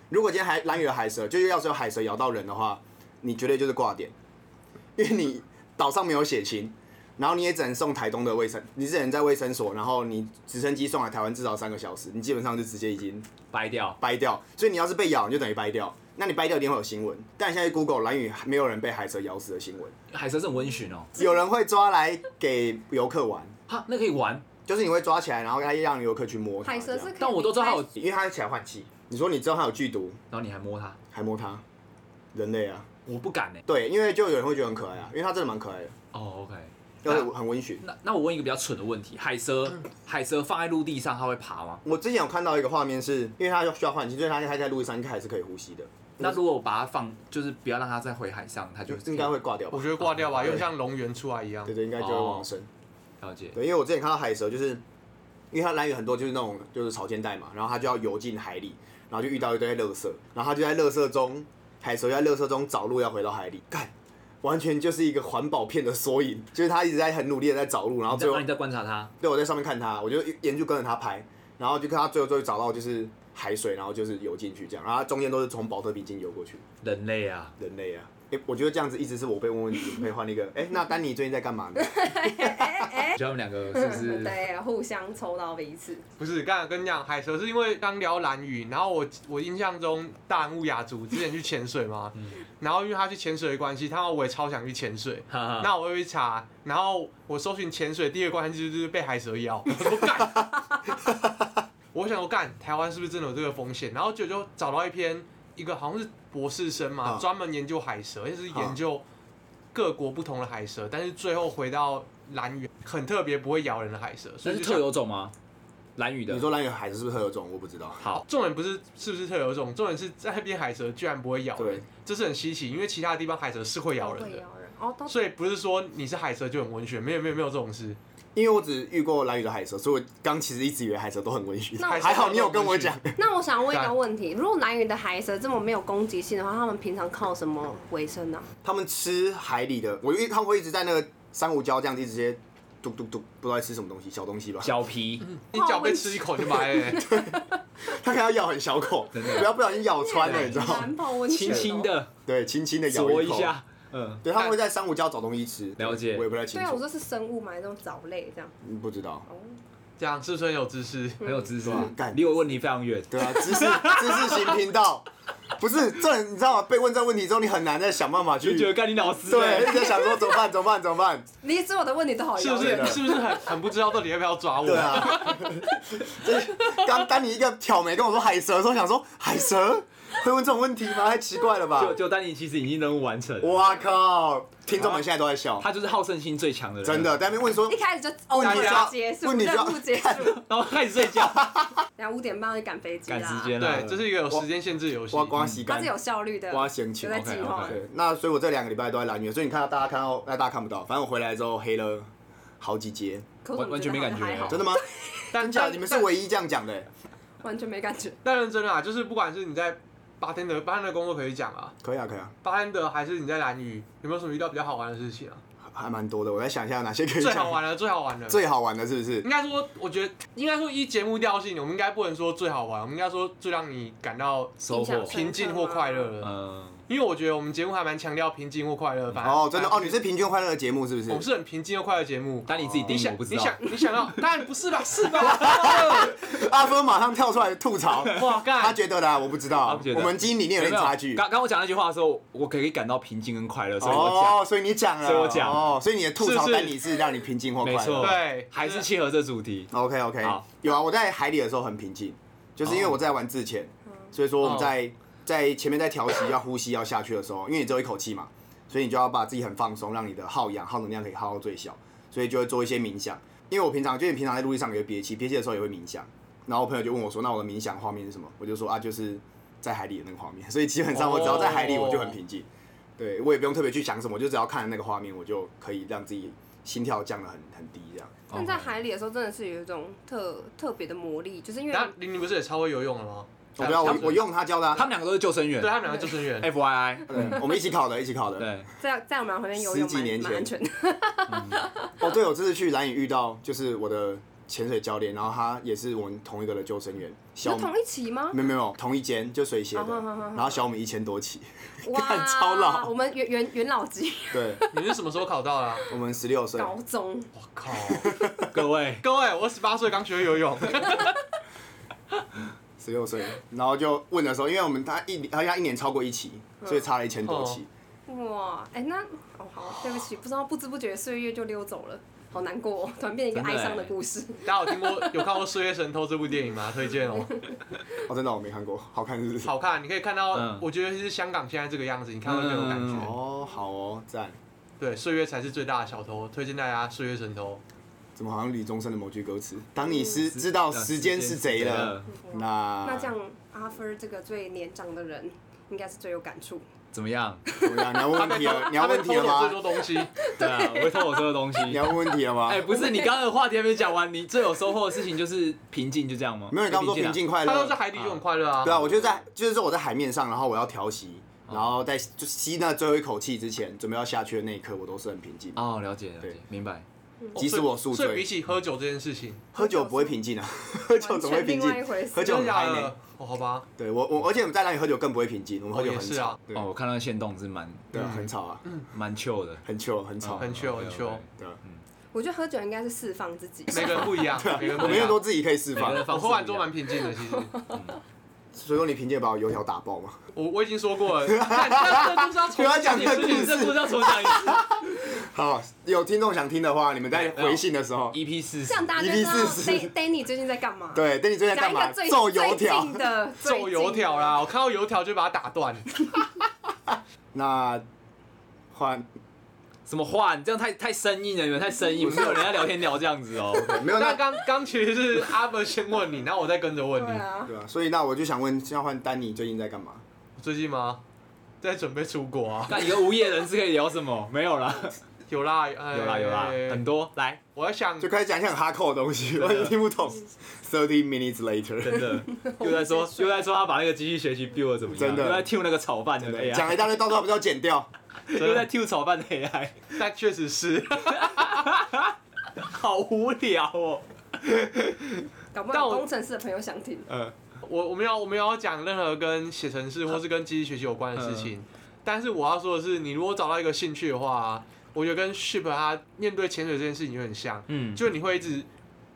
Speaker 3: 如果今天海蓝屿的海蛇，就是要是有海蛇咬到人的话，你绝对就是挂点，因为你岛上没有血清。然后你也只能送台东的卫生，你只能在卫生所，然后你直升机送来台湾至少三个小时，你基本上就直接已经
Speaker 1: 掰掉。
Speaker 3: 掰掉。所以你要是被咬，你就等于掰掉。那你掰掉一定会有新闻，但你现在 Google 蓝屿没有人被海蛇咬死的新闻，
Speaker 1: 海蛇是很温驯哦，
Speaker 3: 有人会抓来给游客玩，
Speaker 1: 哈，那可以玩，
Speaker 3: 就是你会抓起来，然后让让游客去摸它
Speaker 4: 海蛇
Speaker 3: 这
Speaker 4: 是
Speaker 3: 样，
Speaker 4: 可以，
Speaker 1: 但我都知道它有，
Speaker 3: 因为它会起来换气。你说你知道它有剧毒，
Speaker 1: 然后你还摸它，
Speaker 3: 还摸它，人类啊，
Speaker 1: 我不敢呢。
Speaker 3: 对，因为就有人会觉得很可爱啊，因为它真的蛮可爱的，
Speaker 1: 哦，OK，
Speaker 3: 而且很温驯。
Speaker 1: 那那我问一个比较蠢的问题，海
Speaker 4: 嗯
Speaker 1: 蛇海蛇放在陆地上它会爬吗？
Speaker 3: 我之前有看到一个画面是，因为它需要换气，所以它它在路上应该还是可以呼吸的，
Speaker 1: 那如果我把它放，就是不要让它再回海上，它就
Speaker 3: 就应该会挂掉吧
Speaker 2: 我？觉得挂掉吧，
Speaker 3: 对
Speaker 2: 又像龙源出来一样
Speaker 3: 对，对，应该就会往生。
Speaker 1: 了解。
Speaker 3: 对，因为我之前看到海蛇，就是因为它蓝屿很多就是那种就是潮间带嘛，然后它就要游进海里，然后就遇到一堆垃圾，然后它就在垃圾中，海蛇就在垃圾中找路要回到海里，干，完全就是一个环保片的缩影，就是它一直在很努力的在找路，然后
Speaker 1: 你再
Speaker 3: 最后
Speaker 1: 那你再观察它，
Speaker 3: 对我在上面看它，我就研究跟着它拍，然后就看它最后最后找到就是海水，然后就是游进去这样，然后它中间都是从保特瓶径游过去，
Speaker 1: 人类啊，
Speaker 3: 人类啊。诶我觉得这样子一直是我被问问题，我们可以换一个。哎、那丹尼最近在
Speaker 1: [laughs]
Speaker 3: 干嘛呢？
Speaker 1: 觉得他们两个是不是？
Speaker 4: 哎 [laughs] 嗯对，啊互相抽到彼此。
Speaker 2: 不是，刚才跟你讲，海蛇是因为刚聊蓝屿，然后我我印象中大安乌雅族之前去潜水嘛，
Speaker 1: 嗯
Speaker 2: 然后因为他去潜水的关系，他我也超想去潜水。
Speaker 1: 哈哈，
Speaker 2: 那我又去查，然后我搜寻潜水，第一个关键字就是被海蛇
Speaker 1: [laughs]
Speaker 2: 咬，我说干，我想我干，台湾是不是真的有这个风险？然后就就找到一篇一个好像是博士生嘛，
Speaker 1: 啊
Speaker 3: 嗯
Speaker 2: 专门研究海蛇，也是研究各国不同的海蛇，但是最后回到蓝屿，很特别不会咬人的海蛇，
Speaker 1: 那
Speaker 2: 所以
Speaker 1: 是
Speaker 2: 就
Speaker 1: 特
Speaker 2: 像
Speaker 1: 有种吗？蓝屿的
Speaker 3: 你。说蓝屿海蛇是不是特有种？我不知道。
Speaker 1: 好，
Speaker 2: 重点不是是不是特有种，重点是在那边海蛇居然不会咬
Speaker 3: 对
Speaker 2: 人，这是很稀奇，因为其他地方海蛇是会咬人
Speaker 4: 会
Speaker 2: 的，
Speaker 4: 咬人哦，都
Speaker 2: 所以不是说你是海蛇就很文学，没有没有没有这种事。
Speaker 3: 因为我只遇过蓝屿的海蛇，所以我刚其实一直以为海蛇都很温驯。
Speaker 4: 那我
Speaker 3: 还好你有跟我讲， [laughs]
Speaker 4: 那我想问一个问题：如果蓝鱼的海蛇这么没有攻击性的话，他们平常靠什么为生啊呢、
Speaker 3: 他们吃海里的，我因为他们会一直在那个珊瑚礁这样子一直直接嘟嘟嘟，不知道在吃什么东西，小东西吧。
Speaker 1: 胶皮，
Speaker 3: 嗯
Speaker 2: 你脚被吃一口就埋了、
Speaker 3: [laughs]
Speaker 2: 欸，
Speaker 3: 它可能要咬很小口，
Speaker 1: 真的
Speaker 3: 不要不小心咬
Speaker 4: 啊？
Speaker 3: 穿了，你知道吗？
Speaker 4: 蓝泡温
Speaker 1: 轻
Speaker 4: 泉哦
Speaker 1: 轻，的
Speaker 3: 对，轻轻的咬
Speaker 1: 啄
Speaker 3: 一
Speaker 1: 一
Speaker 3: 口。
Speaker 1: 下，嗯，
Speaker 3: 对，他们会在珊瑚礁找东西吃。
Speaker 1: 了解
Speaker 3: 我也不太清
Speaker 4: 对啊，我
Speaker 3: 楚，
Speaker 4: 说是生物嘛，那种藻类这样。
Speaker 3: 嗯不知道。
Speaker 4: 哦，
Speaker 2: 这样是不是很有知识？
Speaker 1: 很有知识
Speaker 3: 嗯，干
Speaker 1: 离我问题非常远。
Speaker 3: 对啊，知识 [laughs] 知识型频道，不是这你知道吗？被问这问题之后，你很难再想办法去
Speaker 1: 就觉得干你老师，欸
Speaker 3: 对，一直在想说怎么办，怎么办，怎么办？
Speaker 4: 离子我的问题都好
Speaker 2: 是
Speaker 4: 遥
Speaker 2: 不
Speaker 4: 远
Speaker 2: 是是不是很很不知道到底要不要抓我？
Speaker 3: 哦 [laughs] 对啊，这刚当你一个挑眉跟我说海蛇的时候，想说海蛇会问这种问题吗？太奇怪了吧
Speaker 1: 就！就丹尼其实已经任务完成，
Speaker 3: 哇靠！听众们现在都在
Speaker 2: 啊
Speaker 3: 笑，
Speaker 1: 他就是好胜心最强的人，
Speaker 3: 真的。在那边问说
Speaker 4: 一，开始就哦，
Speaker 3: 问题
Speaker 4: 任
Speaker 3: 就要
Speaker 4: 务结束，
Speaker 3: 问题就要
Speaker 4: 任务结束，
Speaker 1: 然后开始睡
Speaker 3: [laughs]
Speaker 1: 觉，
Speaker 4: 然后五点半就赶飞机啦。
Speaker 1: 赶时间
Speaker 3: 啊
Speaker 1: 了
Speaker 2: 对，。这是一个有时间限制的游戏
Speaker 3: 我。刮洗
Speaker 4: 它
Speaker 3: 干
Speaker 4: 是，有效率的，
Speaker 3: 我要闲情
Speaker 4: 有在计划
Speaker 1: OK，OK
Speaker 3: 对，那所以我这两个礼拜都在蓝园，所以你看到大家看到，那大家看不到，反正我回来之后黑了好几节，
Speaker 4: 可我怎么
Speaker 1: 完全没
Speaker 4: 觉得
Speaker 1: 感
Speaker 4: 好
Speaker 1: 觉
Speaker 4: 像还好
Speaker 3: 真的吗？
Speaker 2: 但
Speaker 3: 真假的？你们是
Speaker 2: 但
Speaker 3: 唯一这样讲的欸，
Speaker 4: 完全没感觉。
Speaker 2: 但认真啊，就是不管是你在八天的八天的工作可以讲啊，
Speaker 3: 可以啊，可以啊，
Speaker 2: 八天的还是你在蓝屿，有没有什么遇到比较好玩的事情啊？
Speaker 3: 还还蛮多的。我在想一下哪些可以
Speaker 2: 最好
Speaker 3: 讲，
Speaker 2: 玩的，最好玩的，
Speaker 3: 最好玩的是不是？
Speaker 2: 应该说，我觉得应该说依节目调性，我们应该不能说最好玩，我们应该说最让你感到
Speaker 1: 收
Speaker 4: 印象
Speaker 1: 获
Speaker 4: 深刻，
Speaker 2: 平静或快乐的。
Speaker 1: 嗯，
Speaker 2: 因为我觉得我们节目还蛮强调平静或快乐，反正
Speaker 3: 哦，真的哦，
Speaker 2: 反正
Speaker 3: 你是平均快乐的节目是不是？
Speaker 2: 我们嗯哦是很平静又快乐的节目。
Speaker 1: 但你自己定
Speaker 2: 你
Speaker 1: 义
Speaker 2: 想
Speaker 1: 我不知
Speaker 2: 你
Speaker 1: 道。
Speaker 2: 想你想要，当然不是吧，是吧？
Speaker 3: 阿峰马上跳出来吐槽，
Speaker 2: 哇，
Speaker 3: 他
Speaker 2: 干，
Speaker 3: 觉得啦，我不知
Speaker 1: 他
Speaker 3: 道
Speaker 1: 不觉，得
Speaker 3: 我们基因理念有点差距。
Speaker 1: 刚刚我讲那句话的时候，我可以感到平静跟快乐，所以我讲、
Speaker 3: 哦，所以你讲了，
Speaker 1: 所以我讲
Speaker 3: 哦，所以你的吐槽
Speaker 2: 是是
Speaker 3: 单你是让你平静或快
Speaker 1: 没错，
Speaker 3: 乐。
Speaker 2: 对
Speaker 1: 还是切合这主题。
Speaker 3: OK OK，
Speaker 1: 好
Speaker 3: 有啊，我在海里的时候很平静，就是因为我在玩自潜，所以说我们在在前面在调息要呼吸要下去的时候，因为你只有一口气嘛，所以你就要把自己很放松，让你的耗氧耗能量可以耗到最小，所以就会做一些冥想。因为我平常就是平常在路上也会憋气，憋气的时候也会冥想。然后我朋友就问我说：“那我的冥想画面是什么？”我就说：“啊，就是在海里的那个画面。” [laughs] 所以基本上我只要在海里，
Speaker 2: 哦
Speaker 3: 我就很平静。对我也不用特别去想什么，我就只要看那个画面，我就可以让自己心跳降得很很低这样。
Speaker 1: 哦
Speaker 4: 但在海里的时候，真的是有一种特特别的魔力，就是因为
Speaker 2: 然后林林不是也超会游泳了吗？
Speaker 3: 我不要，我我用他教的、啊。
Speaker 1: 他们两个都是救生员
Speaker 2: 对他们两个救生员，
Speaker 1: ，F Y I。 [laughs]
Speaker 3: 对，我们一起考的，一起考的。
Speaker 1: 对，
Speaker 4: 在在我们旁边游
Speaker 3: 十
Speaker 4: 泳
Speaker 3: 几年
Speaker 4: 蛮
Speaker 3: 前
Speaker 4: 蛮安全的。
Speaker 3: 哦，对，我这次去蓝屿遇到就是我的潜水教练，然后他也是我们同一个的救生员，
Speaker 4: 是
Speaker 3: 小
Speaker 4: 同一起
Speaker 3: [laughs]
Speaker 4: 吗？
Speaker 3: 没有没有同一间就水协
Speaker 4: [laughs]
Speaker 3: 的，
Speaker 4: 哦好好好好
Speaker 3: 然后小我们一千多起，
Speaker 4: 哇，
Speaker 3: 超老
Speaker 4: 我们元元元老级 [laughs]
Speaker 3: 对
Speaker 2: 你是什么时候考到啦？
Speaker 3: 我们十六岁，
Speaker 4: 高中，
Speaker 2: 我靠，
Speaker 1: 各位，
Speaker 2: 各位，我二十八岁刚学会游泳，
Speaker 3: 十六岁，然后就问的时候，因为我们他一而且他一年超过一期，
Speaker 4: 嗯
Speaker 3: 所以差了一千多期。
Speaker 4: 哇，哎、那哦好，对不起，不知道不知不觉岁月就溜走了，好难过、哦，突然变一个
Speaker 1: 真的
Speaker 4: 哀
Speaker 1: 欸
Speaker 4: 伤的故事。
Speaker 2: 大家有听过有看过《岁月神偷》这部电影吗？推荐哦，
Speaker 3: 哦，真的我没看过，好看是不是？
Speaker 2: 好看，你可以看到
Speaker 1: 嗯，
Speaker 2: 我觉得是香港现在这个样子，你看会更有感
Speaker 1: 嗯
Speaker 2: 觉。
Speaker 3: 哦，好哦，赞。
Speaker 2: 对，岁月才是最大的小偷，推荐大家《岁月神偷
Speaker 3: 怎么好像李宗盛的某句歌词？当你知知道时间是贼了，
Speaker 4: 哇
Speaker 3: 那
Speaker 4: 那这样，阿芬这个最年长的人，应该是最有感触。
Speaker 1: 怎么样？
Speaker 3: 怎么样？你要问问题》。
Speaker 2: [laughs]
Speaker 3: 了？你要
Speaker 2: 他被
Speaker 3: 问
Speaker 2: 偷
Speaker 3: 题
Speaker 2: 走
Speaker 3: 了
Speaker 2: 最
Speaker 3: 吗？
Speaker 2: 多东西，
Speaker 1: 对啊，我会偷我这个东
Speaker 3: [laughs]
Speaker 1: 西。
Speaker 3: 你要问问题了吗？
Speaker 1: 哎，不是，你刚刚的话题还没讲完，你最有收获的事情就是平静，就这样吗？
Speaker 3: 没有，你刚刚说
Speaker 1: 啊
Speaker 3: 平。静快
Speaker 2: 他都在
Speaker 3: 乐。
Speaker 2: 海底就很快乐啊
Speaker 3: 对。啊，我就在，就是说我在海面上，然后我要调息，然后在就吸那最后一口气之前，准备要下去的那一刻，我都是很平静。
Speaker 1: 哦，了解了
Speaker 3: 对
Speaker 1: 解，明白。
Speaker 2: 哦
Speaker 3: 即使
Speaker 2: 所以
Speaker 3: 我宿醉
Speaker 2: 所以比起喝酒这件事情，
Speaker 3: 喝酒不会平静啊，喝酒怎么会平
Speaker 4: 完全另外一
Speaker 3: 静？
Speaker 4: 回事
Speaker 3: 喝
Speaker 2: 真
Speaker 3: 酒很
Speaker 2: 的假
Speaker 3: 嗨呢
Speaker 2: 的？哦，好吧，
Speaker 3: 对我我，而且我们在那里喝酒更不会平静，我们喝酒
Speaker 2: 哦也
Speaker 3: 很
Speaker 2: 是
Speaker 3: 吵
Speaker 2: 啊，
Speaker 3: 对
Speaker 1: 哦，我看到线动是蛮
Speaker 3: 对啊，很吵啊，
Speaker 1: 蛮 chill 的，
Speaker 3: 很 chill 很吵
Speaker 1: 哦，
Speaker 2: 很 chill，
Speaker 1: OK，
Speaker 2: 很 chill
Speaker 1: OK
Speaker 3: 对啊，
Speaker 4: 我觉得喝酒应该是释放自己。
Speaker 2: 每个人不一样，每个人
Speaker 3: 我
Speaker 2: 不
Speaker 3: 们
Speaker 2: 一
Speaker 3: 越
Speaker 2: 样。
Speaker 3: 多自己可以释
Speaker 1: 每
Speaker 3: 放
Speaker 1: 个，人
Speaker 2: 我
Speaker 1: 方式
Speaker 2: 喝完之后
Speaker 1: 不一
Speaker 2: 蛮
Speaker 1: 样
Speaker 2: 平静的，其实
Speaker 3: 所以说你凭借把我油条打爆嘛。
Speaker 2: 我我已经说过了，看这这故事要重
Speaker 3: [laughs] 不要讲这个
Speaker 2: 新
Speaker 3: 故
Speaker 1: 你
Speaker 3: 事
Speaker 1: 这故事要重
Speaker 3: [laughs]
Speaker 1: 讲一次。
Speaker 3: 好，有听众想听的话，你们在
Speaker 1: 没有
Speaker 3: 回信的时候，
Speaker 1: EP E 四
Speaker 4: 这样大家就知道
Speaker 3: EP44
Speaker 4: Dan- Danny 最近在干嘛。，
Speaker 3: 对，等你最近在干
Speaker 4: 讲一
Speaker 3: 嘛
Speaker 4: 个？最
Speaker 3: 揍油条
Speaker 4: 最。近的
Speaker 2: 揍油条。啦！我看到油条就把它打断。
Speaker 3: 那换
Speaker 1: 什么话？你这样太太生硬了，你们太生硬，没有人家聊天聊这样子哦。
Speaker 3: 没有那
Speaker 2: 那刚刚其实是阿伯先问你，然后我再跟着问
Speaker 4: 最近
Speaker 2: 你
Speaker 4: 的对。啊，
Speaker 3: [laughs] 对啊，所以那我就想问，要换丹尼最近在干嘛？
Speaker 2: 最近吗？在准备出国啊？
Speaker 1: 那你跟无业人士可以聊什么？没有啦，
Speaker 2: 有啦，
Speaker 1: 有
Speaker 2: 有
Speaker 1: 啦有啦，
Speaker 2: 哎
Speaker 1: 很。多来，
Speaker 2: 我在想
Speaker 3: 就，开始讲一些很哈扣的东西，
Speaker 1: 啊
Speaker 3: 我也听不懂。Thirty minutes [laughs] later，
Speaker 1: 真
Speaker 4: [laughs]
Speaker 1: 的又在说又在说他把那个机器学习 build 得怎么样，
Speaker 3: 真的
Speaker 1: 又在 tune 那个炒饭的
Speaker 3: 讲
Speaker 1: AI，
Speaker 3: 了一大堆，到时候还不是要剪掉？
Speaker 1: 又在 tune 炒饭的 AI，
Speaker 2: 但确实是，
Speaker 1: 好无聊哦。
Speaker 4: 搞不
Speaker 2: 但
Speaker 4: 好
Speaker 2: 我
Speaker 4: 工程师的朋友想听。
Speaker 3: 嗯
Speaker 2: 我我们要我们要讲任何跟写程式或是跟机器学习有关的事情。但是我要说的是，你如果找到一个兴趣的话啊，我觉得跟 Ship 他面对潜水这件事情有点像，
Speaker 1: 嗯，就
Speaker 2: 就你会一直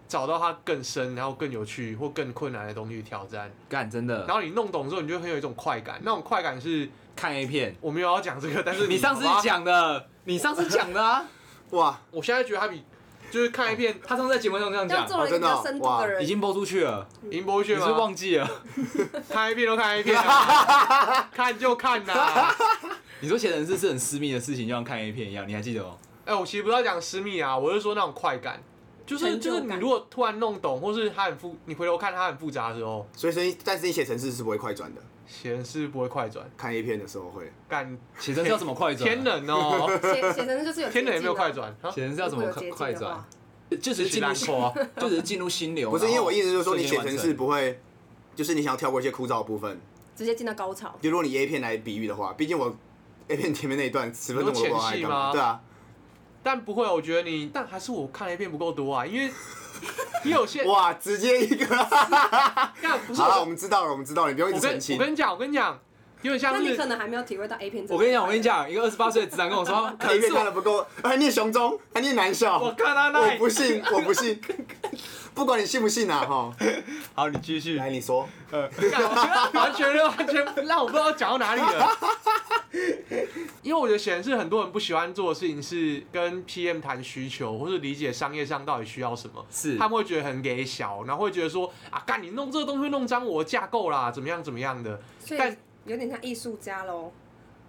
Speaker 2: 找到它更深，然后更有趣或更困难的东西去挑战。
Speaker 1: 干真的
Speaker 2: 然后你弄懂之后，你就很有一种快感，那种快感是
Speaker 1: 看 A
Speaker 3: 嗯
Speaker 1: 片，
Speaker 2: 我没有要讲这个，但
Speaker 1: [laughs]
Speaker 2: 是
Speaker 1: 你上
Speaker 3: 啊
Speaker 1: 次，
Speaker 2: 好吧
Speaker 1: 讲的，你上次讲的啊，
Speaker 3: 哇，
Speaker 2: 我现在觉得它比就是看
Speaker 1: [laughs]
Speaker 2: 一遍
Speaker 1: 他上次在节目上这样
Speaker 4: 要
Speaker 1: 讲，
Speaker 4: 做了一个比较深度的
Speaker 1: 已
Speaker 4: 人，
Speaker 1: 经播出去了，
Speaker 2: 银波
Speaker 1: 你
Speaker 2: 血
Speaker 1: 是不是
Speaker 2: 吗？
Speaker 1: 忘记了？ [laughs]
Speaker 2: 看一遍都看一遍啊，看就
Speaker 1: [laughs]
Speaker 2: 看呐、
Speaker 1: 你说写人事是很私密的事情，就像看 A 片一样，你还记得哦吗？
Speaker 2: 哎、我其实不要讲私密啊，我是说那种快感，就是
Speaker 4: 成就
Speaker 2: 就是
Speaker 4: 感
Speaker 2: 你如果突然弄懂，或是它很复，你回头看它很复杂的时候，
Speaker 3: 所以说，但是你写程式是不会快转的，
Speaker 2: 显示不会快转，
Speaker 3: 看 A 片的时候会。
Speaker 2: 干
Speaker 1: 写人是要怎么快转啊？
Speaker 2: 天冷
Speaker 1: [laughs]
Speaker 2: 哦，
Speaker 4: 写写成就是有
Speaker 2: 天冷也没有快
Speaker 4: 捷径啊。
Speaker 2: 转，啊
Speaker 1: 写人是要怎么快快
Speaker 4: 如果有捷径的
Speaker 1: 转
Speaker 4: 话？
Speaker 1: 就是进入心，就
Speaker 2: 就是烂扣啊
Speaker 1: 是进入心流。
Speaker 3: 不是因为我意思就是说，你
Speaker 1: 然后
Speaker 3: 写
Speaker 1: 瞬
Speaker 3: 程
Speaker 1: 间
Speaker 3: 式
Speaker 1: 完成
Speaker 3: 不会，就是你想要跳过一些枯燥的部分。
Speaker 4: 直接进到高潮。
Speaker 3: 就如果你以 A 片来比喻的话，毕竟我 A 片前面那一段十分钟我
Speaker 2: 你
Speaker 3: 都
Speaker 2: 说
Speaker 3: 不知道他在
Speaker 2: 前戏
Speaker 3: 干
Speaker 2: 吗
Speaker 3: 嘛。对啊，
Speaker 2: 但不会，啊我觉得你，但还是我看了一遍不够多啊，因
Speaker 3: [laughs]
Speaker 2: 为因为有些
Speaker 3: 哇，直接一个。
Speaker 2: 干不是
Speaker 3: 好了，
Speaker 2: 我
Speaker 3: 我们知道了，我们知道了，你不用一直
Speaker 2: 我跟
Speaker 3: 澄
Speaker 2: 我
Speaker 3: 清。
Speaker 2: 跟你讲，我跟你讲，因为像
Speaker 4: 那你可
Speaker 2: 是
Speaker 4: 能还没有体会到 A 片。
Speaker 1: 我跟你讲，我跟你，讲，一个二十八岁的直男跟我说，
Speaker 3: [laughs] 他
Speaker 1: 可
Speaker 3: 音乐
Speaker 1: 是
Speaker 3: 看
Speaker 1: 我
Speaker 3: 的不够，还念雄中，还念男校，
Speaker 1: 我
Speaker 3: 我
Speaker 1: 看他那，
Speaker 3: 不信，我不信，不管你信不信啊，哈，
Speaker 2: 好，你继续。
Speaker 3: 来你说，
Speaker 2: 完全完全让我不知道讲到哪里
Speaker 3: [laughs]
Speaker 2: 了。因为我觉得显然是很多人不喜欢做的事情是跟 PM 谈需求，或是理解商业上到底需要什么。
Speaker 1: 是
Speaker 2: 他们会觉得很给小，然后会觉得说啊，干你弄这个东西会弄脏我的架构啦，怎么样怎么样的。
Speaker 4: 所
Speaker 2: 但
Speaker 4: 以有点像艺术家喽。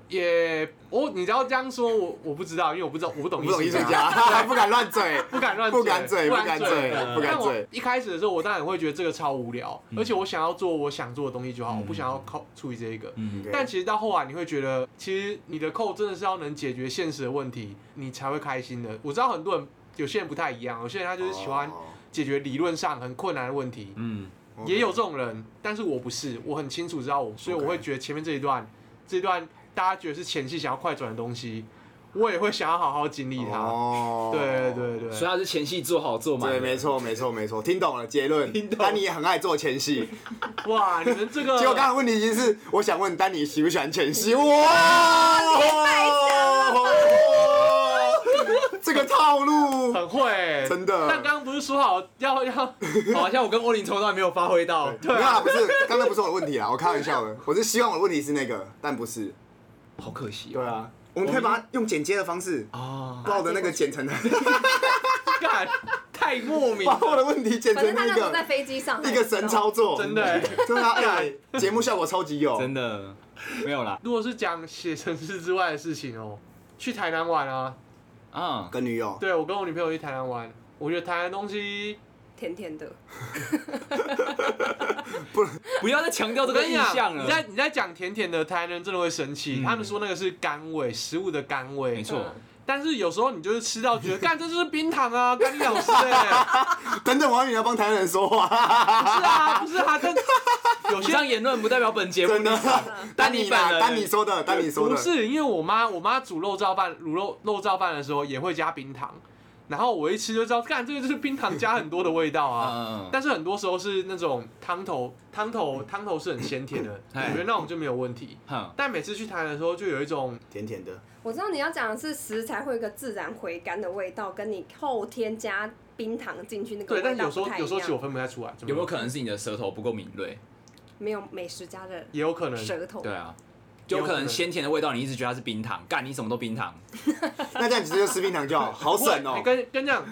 Speaker 2: 也我你只要这样说，我我不知道，因为我不知道我不
Speaker 3: 我
Speaker 2: 懂啊
Speaker 3: 不懂艺术，家，不敢乱嘴，
Speaker 2: 不敢乱
Speaker 3: 不敢嘴，
Speaker 2: 不
Speaker 3: 不敢
Speaker 2: 敢
Speaker 3: 嘴，不敢嗯
Speaker 2: 但我
Speaker 3: 嘴，
Speaker 2: 一开始的时候，我当然会觉得这个超无聊，而且我想要做我想做的东西就好，
Speaker 1: 嗯
Speaker 2: 我不想要靠处理这一个。
Speaker 1: 嗯，
Speaker 2: 但其实到后来，你会觉得，其实你的扣真的是要能解决现实的问题，你才会开心的。我知道很多人，有些人不太一样，有些人他就是喜欢
Speaker 3: 哦
Speaker 2: 解决理论上很困难的问题，
Speaker 1: 嗯，
Speaker 2: 也有这种人。但是我不是，我很清楚知道我，所以我会觉得前面这一段，这一段大家觉得是前期想要快转的东西，我也会想要好好经历它。
Speaker 3: 哦
Speaker 2: 对对对
Speaker 1: 所以他是前戏做好做满，
Speaker 3: 对，没，错，没错，没错，听懂了结论。
Speaker 1: 听懂
Speaker 3: 丹尼也很爱做前戏，
Speaker 2: 对，哇，你们这个
Speaker 3: 结果刚才问题已经是，我想问丹尼喜不喜欢前
Speaker 2: [laughs]
Speaker 3: 戏？哇，
Speaker 2: 啊
Speaker 3: 这个套路，
Speaker 2: 很会欸，
Speaker 3: 真的
Speaker 2: 但刚刚不是说好
Speaker 1: [laughs]
Speaker 2: 要要
Speaker 1: 好像我跟欧林从来没有发挥到，
Speaker 2: 啊
Speaker 3: 没有啦，不是，刚刚不是我的问题啊啦，我开玩笑的，我是希望我的问题是那个，但不是。
Speaker 1: 好可惜哦
Speaker 3: 对啊，我们可以把它用剪接的方式，
Speaker 1: 啊，
Speaker 3: 把我的那个
Speaker 2: [laughs]
Speaker 3: 剪成，
Speaker 2: 干，太莫名
Speaker 3: 把我
Speaker 2: 了，
Speaker 3: 的问题剪
Speaker 4: 反
Speaker 3: 成
Speaker 4: 正他
Speaker 3: 一
Speaker 4: 那时候在
Speaker 3: 个
Speaker 4: 飞机上，
Speaker 3: 一个神。操作，
Speaker 2: 真的欸。
Speaker 3: 对啊，哎呀，节目效果超级有，
Speaker 1: 真的没有啦，
Speaker 2: 如果是讲写程式之外的事情哦，去台南玩啊，
Speaker 1: 啊，
Speaker 3: 跟女友，
Speaker 2: 对我跟我女朋友去台南玩，我觉得台南东西，
Speaker 4: 甜甜的，
Speaker 1: 不要再强调这
Speaker 2: 我
Speaker 1: 个
Speaker 2: 跟你
Speaker 1: 印
Speaker 2: 讲，
Speaker 1: 象
Speaker 2: 你
Speaker 1: 了，
Speaker 2: 在你在讲甜甜的，台南人真的会生气，
Speaker 1: 嗯
Speaker 2: 他们说那个是甘味，食物的甘味，
Speaker 1: 没错，
Speaker 2: 但是有时候你就是吃到觉得，干这就是冰糖啊，干你老师哎、
Speaker 3: 等等，我还以为你要帮台湾人说话，
Speaker 2: 不是啊，不是啊，但有
Speaker 1: 以
Speaker 2: 些
Speaker 1: 上言论不代表本节目
Speaker 3: 真的
Speaker 1: 立场，
Speaker 3: 丹 [laughs]
Speaker 1: 丹
Speaker 3: 尼
Speaker 1: 尼
Speaker 3: 啦
Speaker 1: 本，人
Speaker 3: 丹尼说的，丹尼说
Speaker 2: 不
Speaker 3: 的，
Speaker 2: 是，因为我妈我妈煮肉燥饭、卤肉肉燥饭的时候也会加冰糖，然后我一吃就知道，干这个就是冰糖加很多的味道
Speaker 1: [laughs]
Speaker 2: 啊。
Speaker 1: 嗯，
Speaker 2: 但是很多时候是那种汤头，汤头汤头是很鲜甜的，我
Speaker 1: 哎
Speaker 2: 觉得那我们就没有问题。
Speaker 1: 哼，
Speaker 2: [laughs] 但每次去台南的时候，就有一种
Speaker 3: 甜甜的，
Speaker 4: 我知道你要讲的是食材会有一个自然回甘的味道，跟你后天加冰糖进去那个
Speaker 2: 对，
Speaker 4: 味
Speaker 2: 但
Speaker 4: 道
Speaker 2: 有时
Speaker 4: 不
Speaker 2: 候
Speaker 4: 太一
Speaker 2: 有时候其实我
Speaker 4: 样。
Speaker 2: 分不太出来，怎么
Speaker 1: 有没有可能是你的舌头不够敏锐？
Speaker 4: 没有美食家的
Speaker 2: 也有可能，
Speaker 4: 舌头，
Speaker 1: 对啊，就有可能鲜甜的味道，你一直觉得它是冰糖，干你什么都冰糖，
Speaker 3: 那这样其实就吃冰糖就好，好
Speaker 2: 不会
Speaker 3: 省哦
Speaker 2: 你。跟跟你讲，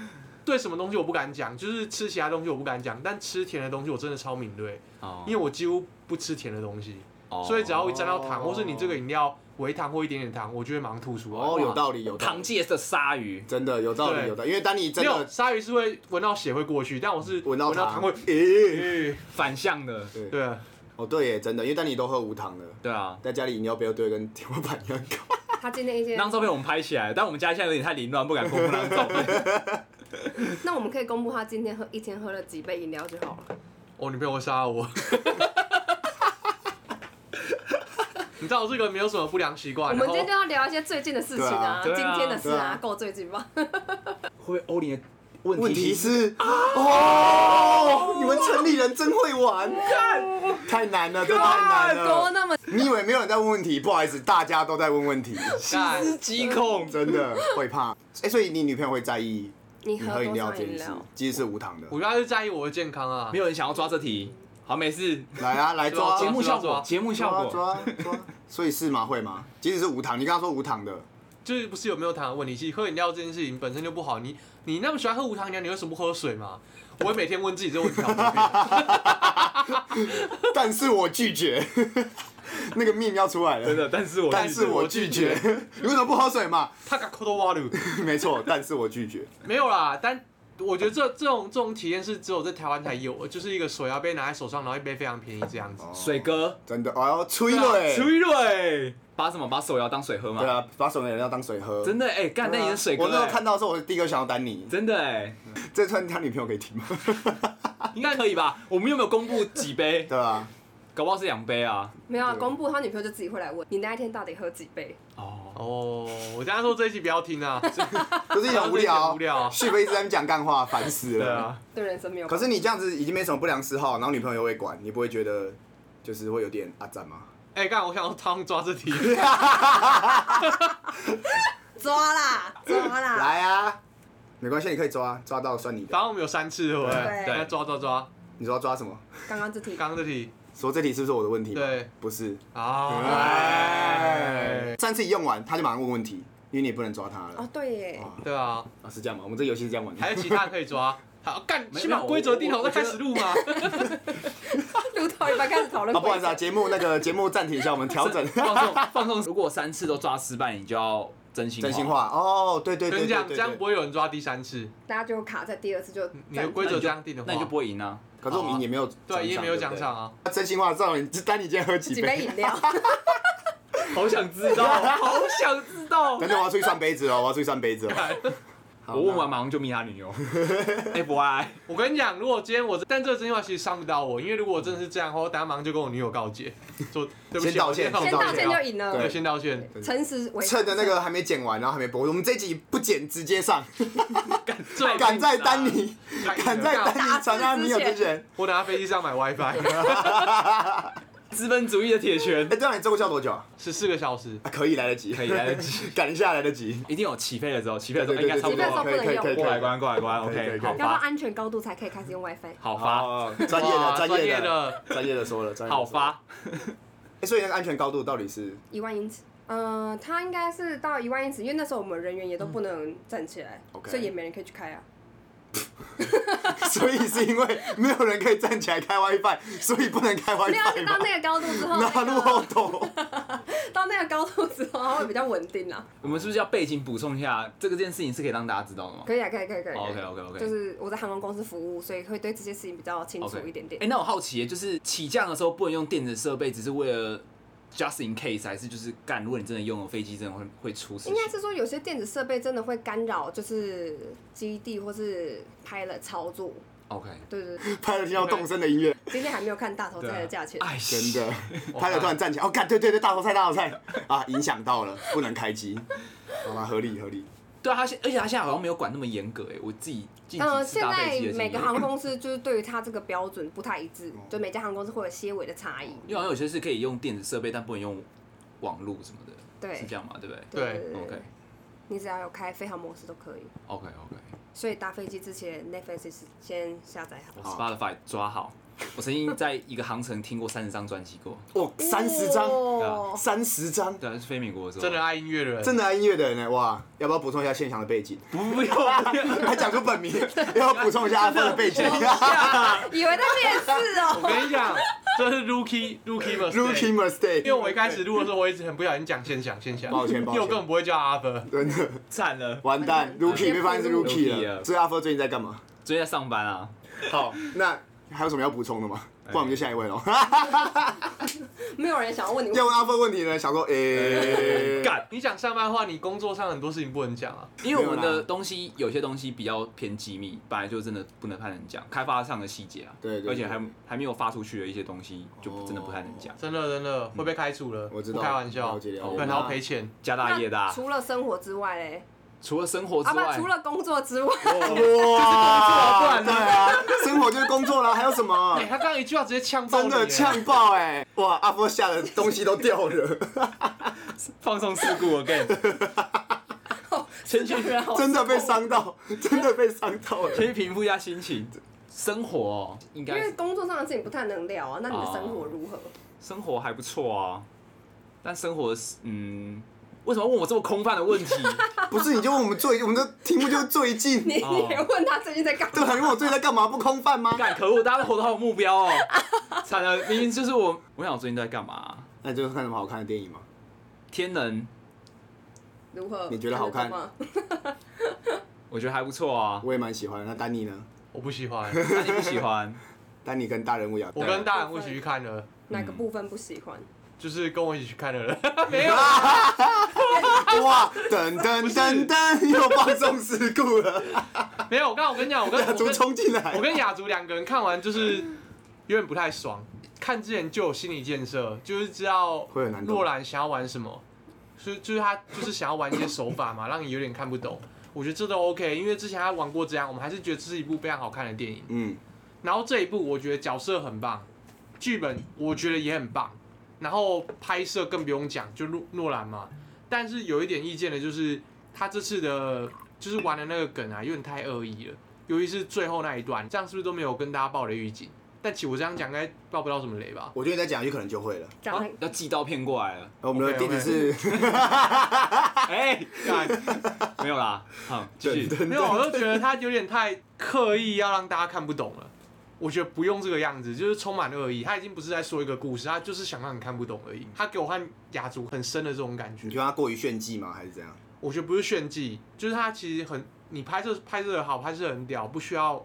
Speaker 2: 对什么东西我不敢讲，就是吃其他东西我不敢讲，但吃甜的东西我真的超敏锐，
Speaker 1: 哦
Speaker 2: 因为我几乎不吃甜的东西，
Speaker 1: 哦
Speaker 2: 所以只要一沾到糖，
Speaker 3: 哦
Speaker 2: 或是你这个饮料微糖或一点点糖，我就会马上吐出来。
Speaker 3: 哦，有道理，有道
Speaker 1: 糖
Speaker 3: 理，
Speaker 1: 界的鲨鱼，
Speaker 3: 真的有道理，
Speaker 2: 对
Speaker 3: 有道理，因为丹尼真
Speaker 2: 没有
Speaker 3: 的
Speaker 2: 鲨鱼是会闻到血会过去，但我是
Speaker 3: 闻到
Speaker 2: 糖会，
Speaker 3: 咦，
Speaker 2: 咦
Speaker 1: 反向的，
Speaker 2: 对啊，
Speaker 3: [laughs] 哦对耶，真的，因为丹尼都喝无糖的，
Speaker 1: 对啊。
Speaker 3: 在家里饮料杯又堆得跟天花板一样高。
Speaker 4: 他今天一
Speaker 1: 那
Speaker 4: 天
Speaker 1: 张，照片我们拍起来，但我们家现在有点太凌乱，不敢公布那张照片。
Speaker 4: 那我们可以公布他今天喝一天喝了几杯饮料就好了。
Speaker 2: 我哦女朋友会杀
Speaker 3: [laughs]
Speaker 2: 我。你知道我这个没有什么不良习
Speaker 4: 我
Speaker 2: 惯，
Speaker 4: 们
Speaker 2: 啊然
Speaker 4: 今
Speaker 2: 后
Speaker 4: 天就要聊一些最近的事情啊，
Speaker 1: 对
Speaker 4: 今
Speaker 1: 啊
Speaker 4: 天的事
Speaker 3: 对啊
Speaker 4: 啊，够最近吧？
Speaker 1: [laughs] 会不会欧林的问
Speaker 3: 问题是，啊哦，你们城里人真会玩，太难了，这太难
Speaker 4: 多
Speaker 3: 了。
Speaker 4: 那么
Speaker 3: 你以为没有人在问问题？不好意思，大家都在问问 [laughs] 题，
Speaker 2: 干
Speaker 1: 极控？
Speaker 3: 真的会怕。哎，所以你女朋友会在意
Speaker 4: 你
Speaker 3: 你
Speaker 4: 喝
Speaker 3: 喝饮
Speaker 4: 多
Speaker 3: 料
Speaker 4: 少
Speaker 3: 这
Speaker 4: 饮
Speaker 3: 件事
Speaker 4: 料？，
Speaker 3: 其实是无糖的。
Speaker 2: 我觉得她是在意我的健康
Speaker 1: [laughs]
Speaker 2: 啊
Speaker 1: 没。有人想要抓这题。好，没事。
Speaker 3: 来 [laughs] 啊，来抓
Speaker 1: 节目效
Speaker 2: 抓
Speaker 1: 果，节目效果。
Speaker 3: 抓抓抓，所以是吗？会吗？即使是无糖，你刚刚说无糖 [laughs] 的，
Speaker 2: 就是不是有没有糖的问题，其实喝饮料这件事情本身就不好。你你那么喜欢喝无糖饮料，你为什么不喝水嘛？我会每天问自己这个问题好不
Speaker 3: [laughs]
Speaker 2: 好。
Speaker 3: 但是我拒绝， [laughs] 那个命要出来
Speaker 1: 真
Speaker 3: 了。
Speaker 1: 的，但是我
Speaker 3: 但是我拒绝， [laughs] 你为什么不喝水嘛？ [laughs]
Speaker 2: 他敢抠到挖路？
Speaker 3: 没错，但是我拒绝。
Speaker 2: 没有啦，但我觉得这这种这种体验是只有在台湾才有，就是一个手摇杯拿在手上，然后一杯非常便宜这样子。
Speaker 1: 水哥，
Speaker 3: 真的，哎呦，吹了欸
Speaker 1: 崔瑞，把什么把手摇当水喝
Speaker 3: 对
Speaker 1: 啊嘛？
Speaker 3: 啊，把手摇饮料当水喝。
Speaker 1: 真的哎，干，那
Speaker 3: 对
Speaker 1: 你
Speaker 3: 啊
Speaker 1: 是水
Speaker 3: 我
Speaker 1: 哥
Speaker 3: 那时候看
Speaker 1: 哎，
Speaker 3: 到的时候，我第一个想到丹尼。
Speaker 1: 真的
Speaker 3: [laughs]
Speaker 1: 哎，
Speaker 3: 这串他女朋友可以听吗？ [laughs]
Speaker 1: 应该可以吧？我们又没有公布几杯，
Speaker 3: 对
Speaker 1: [laughs]
Speaker 3: 啊，
Speaker 1: 搞不好是两杯啊。
Speaker 4: 没有啊，
Speaker 3: 对
Speaker 4: 公布他女朋友就自己会来问你那一天到底喝几杯。
Speaker 1: 哦，
Speaker 2: 哦，我刚刚说这一集不要听啊，
Speaker 3: 就是很无聊啊
Speaker 2: 无。聊。
Speaker 3: 旭飞一直在那边讲干话，烦死
Speaker 2: 对
Speaker 3: 了。
Speaker 2: 啊，
Speaker 4: 对人生没有
Speaker 3: 可
Speaker 4: 帮助。
Speaker 3: 是你这样子已经没什么不良嗜好，然后女朋友又会管，你不会觉得就是会有点阿赞吗？
Speaker 2: 哎，刚才我想他们抓这题，
Speaker 4: 抓啦，抓啦，
Speaker 3: 来啊，没关系，你可以抓，抓到算你的。
Speaker 2: 刚刚我们有三次，对不
Speaker 4: 对
Speaker 2: 对？
Speaker 4: 对
Speaker 2: 那抓抓抓，
Speaker 3: 你说要抓什么？
Speaker 4: 刚刚这题，
Speaker 2: 刚刚这题
Speaker 3: 说这题是不是我的问题？
Speaker 2: 对，
Speaker 3: 不是。
Speaker 1: 哦
Speaker 2: 啊，
Speaker 3: 哎
Speaker 2: 哎，
Speaker 3: 上次一用完他就马上问问题，因为你也不能抓他
Speaker 4: 哦
Speaker 3: 了。
Speaker 4: 对耶，
Speaker 3: 哦，
Speaker 2: 对啊，
Speaker 3: 啊是这样吗？我们这游戏是这样玩的。
Speaker 2: 还有其他可以抓。好，干，
Speaker 1: 没
Speaker 2: 先把
Speaker 1: 没有
Speaker 2: 规则
Speaker 1: 我
Speaker 2: 定好
Speaker 1: 我觉
Speaker 2: 再开
Speaker 1: 得
Speaker 2: 始录嘛。
Speaker 4: 录到一半开始讨论
Speaker 3: 啊，不好
Speaker 4: 规
Speaker 3: 意思啊，
Speaker 4: 则，
Speaker 3: 节目那个节目暂停一下，我们
Speaker 1: [laughs]
Speaker 3: 调整
Speaker 1: 放松放松。如果三次都抓失败，你就要真心
Speaker 3: [laughs] 真心，话。哦，对对
Speaker 2: 跟你
Speaker 3: 对对
Speaker 2: 讲，这
Speaker 3: 对
Speaker 2: 样不
Speaker 3: 对。
Speaker 2: 会有人抓第三次。
Speaker 4: 大家就卡在第二次就
Speaker 2: 你的规
Speaker 1: 那
Speaker 2: 则
Speaker 1: 你就
Speaker 2: 这样定的话，
Speaker 1: 那你就不会赢啊。
Speaker 3: 可是我们也没有奖赏，
Speaker 2: 对，也没有奖
Speaker 3: 不对
Speaker 2: 赏。啊。
Speaker 3: 啊真心话，赵你丹你今天喝几
Speaker 4: 几杯
Speaker 3: 杯？[laughs]
Speaker 4: 饮料，
Speaker 1: 好想知道，好想知道。
Speaker 3: 等等，我要出去算杯子哦，我要出去算杯子哦。好
Speaker 1: 我问
Speaker 3: 那
Speaker 1: 完马上就密他女
Speaker 3: [laughs]
Speaker 1: 友。哎，不爱。
Speaker 2: 我跟你讲，如果今天我这，但这个真心话其实伤不到我，因为如果真的是这样的话，我等下马上就跟我女友告解，说对不起，
Speaker 3: 先道
Speaker 2: 我
Speaker 3: 歉
Speaker 2: 先
Speaker 4: 先
Speaker 2: 道
Speaker 4: 道
Speaker 2: 歉
Speaker 4: 歉
Speaker 2: 啊
Speaker 4: 就赢
Speaker 2: 对，
Speaker 4: 了，
Speaker 2: 先道歉。
Speaker 4: 诚实为
Speaker 3: 趁着那个还没剪完，然后还没播，我们这集不剪直接上，
Speaker 2: 这种
Speaker 3: 赶在丹尼，赶在丹尼长安女友之前。
Speaker 2: 我等下飞机上买 WiFi，
Speaker 1: 资本主义的铁拳
Speaker 3: 哎，这样你这个叫多久啊？
Speaker 2: 十四个小时。
Speaker 3: 啊可以来得及，
Speaker 1: 可以来得及，
Speaker 3: [laughs] 赶一下来得及。
Speaker 1: 一定有起飞的时候，起飞的时候哎应该差不
Speaker 4: 起飞的时
Speaker 1: 多。
Speaker 4: 候
Speaker 3: 可以可以可以可以
Speaker 1: 过来关，过来关
Speaker 3: 可以可
Speaker 1: ，OK，
Speaker 3: 以
Speaker 1: 好
Speaker 4: 要到
Speaker 1: 发，
Speaker 4: 安全高度才可以开始用 WiFi。
Speaker 1: 好发，
Speaker 3: 好，专业
Speaker 2: 哇
Speaker 3: 的专
Speaker 2: 专
Speaker 3: 业
Speaker 2: 业
Speaker 3: 的
Speaker 2: 的，
Speaker 3: 专业的说了，专业的
Speaker 1: 好
Speaker 3: 说了。
Speaker 1: 发。
Speaker 3: 哎所以那个安全高度到底是
Speaker 4: 一万英尺。呃，它应该是到一万英尺，因为那时候我们人员也都不能站起来，
Speaker 3: OK
Speaker 4: 所以也没人可以去开
Speaker 3: [laughs]
Speaker 4: 啊。
Speaker 3: 所以是因为没有人可以站起来开 WiFi，所以不能开
Speaker 4: 没有，
Speaker 3: WiFi
Speaker 4: 啊是到
Speaker 3: 吗？
Speaker 4: 那个高度之后，
Speaker 3: [laughs] 那路
Speaker 4: 那
Speaker 3: 后
Speaker 4: 个
Speaker 3: 头，
Speaker 4: 到那个高度之后，它会比较稳定啊啦。
Speaker 1: 我们是不是要背景补充一下？这个件事情是可以让大家知道的吗哦
Speaker 4: 可以啊，可以，可以，可以。可以
Speaker 1: OK OK OK，
Speaker 4: 就是我在航空公司服务，所以会对这些事情比较清楚
Speaker 1: OK
Speaker 4: 一点点。
Speaker 1: 哎、那我好奇耶，就是起降的时候不能用电子设备，只是为了 just in case，还是就是干？如果你真的用了飞机，真的会会出事
Speaker 4: 应该
Speaker 1: 情。
Speaker 4: 是说有些电子设备真的会干扰，就是基地或是拍了操作。
Speaker 1: OK，
Speaker 4: 对
Speaker 1: [laughs]
Speaker 4: 对对，
Speaker 3: 拍了听到动声的音乐，
Speaker 4: 今天还没有看大头菜
Speaker 1: 对
Speaker 4: 的
Speaker 1: 啊
Speaker 4: 价钱。
Speaker 1: 哎，
Speaker 3: 真
Speaker 1: 是
Speaker 3: 的，拍了突然站起来，哦，干，对对对，大头菜大头菜啊，影响到了，不能开机，好吧，合理合理。
Speaker 1: 对啊，他现而且他现在好像没有管那么严格哎，我自己近
Speaker 4: 呃，
Speaker 1: 期吃
Speaker 4: 现
Speaker 1: 搭
Speaker 4: 在
Speaker 1: 飞机的
Speaker 4: 每
Speaker 1: 经
Speaker 4: 个
Speaker 1: 验，
Speaker 4: 航空公司就是对于它这个标准不太一致
Speaker 3: 哦，
Speaker 4: 就每家航空公司会有些微的差异。
Speaker 1: 因为好像有些是可以用电子设备，但不能用网络什么的，
Speaker 4: 对
Speaker 1: 是这样嘛？对不对
Speaker 2: 对
Speaker 1: ？OK
Speaker 4: 你只要有开飞行模式都可以。
Speaker 1: OK OK，
Speaker 4: 所以搭飞机之前，Netflix 先下载好。
Speaker 1: 我 Spotify 抓好。我曾经在一个航程听过三十张专辑过，
Speaker 3: 哇，三十张，
Speaker 4: 哦
Speaker 3: 三十张，
Speaker 1: 对啊，是飞美国的时候，
Speaker 2: 真的爱音乐的人，
Speaker 3: 真的爱音乐的人呢，哇，要不要补充一下现场的背
Speaker 4: [laughs]
Speaker 3: 景？
Speaker 1: 不用不用，
Speaker 3: 还讲出本名，要不要补充一下阿芬的背
Speaker 4: [laughs]
Speaker 3: 景 [laughs]
Speaker 1: 啊
Speaker 4: 以为在面试
Speaker 1: [laughs]
Speaker 2: 我
Speaker 4: 哦。
Speaker 2: 跟你讲，这是 rookie rookie mistake
Speaker 3: ？Rookie
Speaker 2: 因为
Speaker 3: mistake，
Speaker 2: 我一开始录的时候，我一直很不小心讲先想先想，
Speaker 3: 抱歉抱
Speaker 2: 因为
Speaker 3: 歉
Speaker 2: 我根本不会叫阿芬。
Speaker 3: 真的
Speaker 1: 惨了，
Speaker 3: 完蛋，Rookie 被发现是 Rookie
Speaker 1: Rookie
Speaker 3: 了。
Speaker 1: 了
Speaker 3: 所以阿芬最近在干嘛？
Speaker 1: 最近在上班啊，
Speaker 3: 好， [laughs] 那还有什么要补充的吗？不然我们就下一位喽。
Speaker 4: 没有人想要问你问
Speaker 3: [laughs] 要问阿芬问题呢，想说，
Speaker 1: [laughs]
Speaker 3: 诶、
Speaker 1: 干。
Speaker 2: 你想上班的话，你工作上很多事情不能讲啊。
Speaker 1: 因为我们
Speaker 3: 没有
Speaker 1: 的
Speaker 3: 啦
Speaker 1: 东西有些东西比较偏机密，本来就真的不能太能讲，开发上的细节啊，
Speaker 3: 对对对
Speaker 1: 而且还还没有发出去的一些东西，就
Speaker 3: 哦
Speaker 1: 真的不太能讲，
Speaker 2: 真的真的会被开除了，
Speaker 3: 我知道
Speaker 2: 不开玩笑，
Speaker 3: 了解了
Speaker 1: 解
Speaker 2: 不然要赔钱。
Speaker 1: 家
Speaker 4: 那
Speaker 1: 大业大。啊
Speaker 4: 除了生活之外嘞，
Speaker 1: 除了生活之
Speaker 4: 啊不
Speaker 1: 外，，
Speaker 4: 除了工作之外，
Speaker 3: 哇，
Speaker 2: [laughs]
Speaker 3: 对啊，生活就是工作了，还有什么啊
Speaker 2: 哎，？他刚刚一句话直接呛爆
Speaker 3: 真
Speaker 2: 你，
Speaker 3: 的呛爆哎、哇，阿波吓的东西都
Speaker 2: [laughs]
Speaker 3: 掉了，
Speaker 1: 放松事故 again。先去
Speaker 4: 啊
Speaker 3: [laughs] 真的被伤到， [laughs] 真的被伤到了。
Speaker 1: 先去平复一下心情，生活哦，应
Speaker 4: 因
Speaker 1: 该
Speaker 4: 为
Speaker 1: 是
Speaker 4: 工作上的事情不太能聊啊。那你的生
Speaker 3: 哦
Speaker 4: 活如何？
Speaker 1: 生活还不错啊，但生活是嗯，为什么问我这么空泛的问题？
Speaker 3: 不是，你就问我们最，我们的题目就是最
Speaker 2: [laughs]
Speaker 3: 近，
Speaker 4: 你
Speaker 1: 哦
Speaker 4: 你也问他最近在干
Speaker 3: 对啊，
Speaker 4: 嘛？
Speaker 3: 你问我最近在干嘛？不空泛吗？
Speaker 1: 干可恶，大家都活得好有目标哦， [laughs] 惨了，明明就是我，我想我最近都在干嘛啊？
Speaker 3: 那你最近看什么好看的电影吗？
Speaker 1: 天能，
Speaker 4: 如何？
Speaker 3: 你觉得好看
Speaker 4: 吗？
Speaker 1: 我觉得还不错啊。
Speaker 3: 我也蛮喜欢的。那丹尼呢？
Speaker 2: 我不喜
Speaker 3: [laughs]
Speaker 2: 欢。
Speaker 1: 那你不喜欢？
Speaker 3: 丹尼跟大人物一样，
Speaker 2: 我跟大人物一起去看的，
Speaker 4: 哪
Speaker 3: 嗯
Speaker 4: 个部分不喜欢？
Speaker 2: 就是跟我一起去看的
Speaker 3: [laughs]
Speaker 2: 人，没有
Speaker 3: 啊哇，噔噔噔噔，又放纵事故 [laughs] 了，
Speaker 2: 没有。我刚刚我跟你讲，我跟
Speaker 3: 亚
Speaker 2: 我
Speaker 3: 竹
Speaker 2: 跟
Speaker 3: 冲进来
Speaker 2: 我。跟雅竹两个人看完就是有点不太爽，看之前就有心理建设，就是知道
Speaker 3: 会很难懂
Speaker 2: 若兰想要玩什么，所以就是他就是想要玩一些手法嘛，让你有点看不懂。我觉得这都 OK，因为之前他玩过这样，我们还是觉得这是一部非常好看的电影。
Speaker 3: 嗯，
Speaker 2: 然后这一部我觉得角色很棒，剧本我觉得也很棒，然后拍摄更不用讲，就诺诺兰嘛。但是有一点意见的就是，他这次的就是玩的那个梗啊，有点太恶意了，尤其是最后那一段，这样是不是都没有跟大家爆雷预警？但其实我这样讲应该爆不到什么雷吧？
Speaker 3: 我觉得你再讲下去可能就会了。
Speaker 4: 讲
Speaker 1: 啊要寄刀片过来了。
Speaker 3: 我们的
Speaker 2: OK，OK
Speaker 3: 地址是 [laughs]
Speaker 1: 哎，
Speaker 2: 干
Speaker 1: 没有啦，好，继续。
Speaker 2: 没有，我就觉得他有点太刻意要让大家看不懂了。我觉得不用这个样子，就是充满恶意。他已经不是在说一个故事，他就是想让你看不懂而已。他给我和雅竹很深的这种感觉
Speaker 3: 你。觉得他过于炫技吗？还是怎样？
Speaker 2: 我觉得不是炫技，就是他其实很，你拍摄拍摄的好，拍摄得很屌，不需要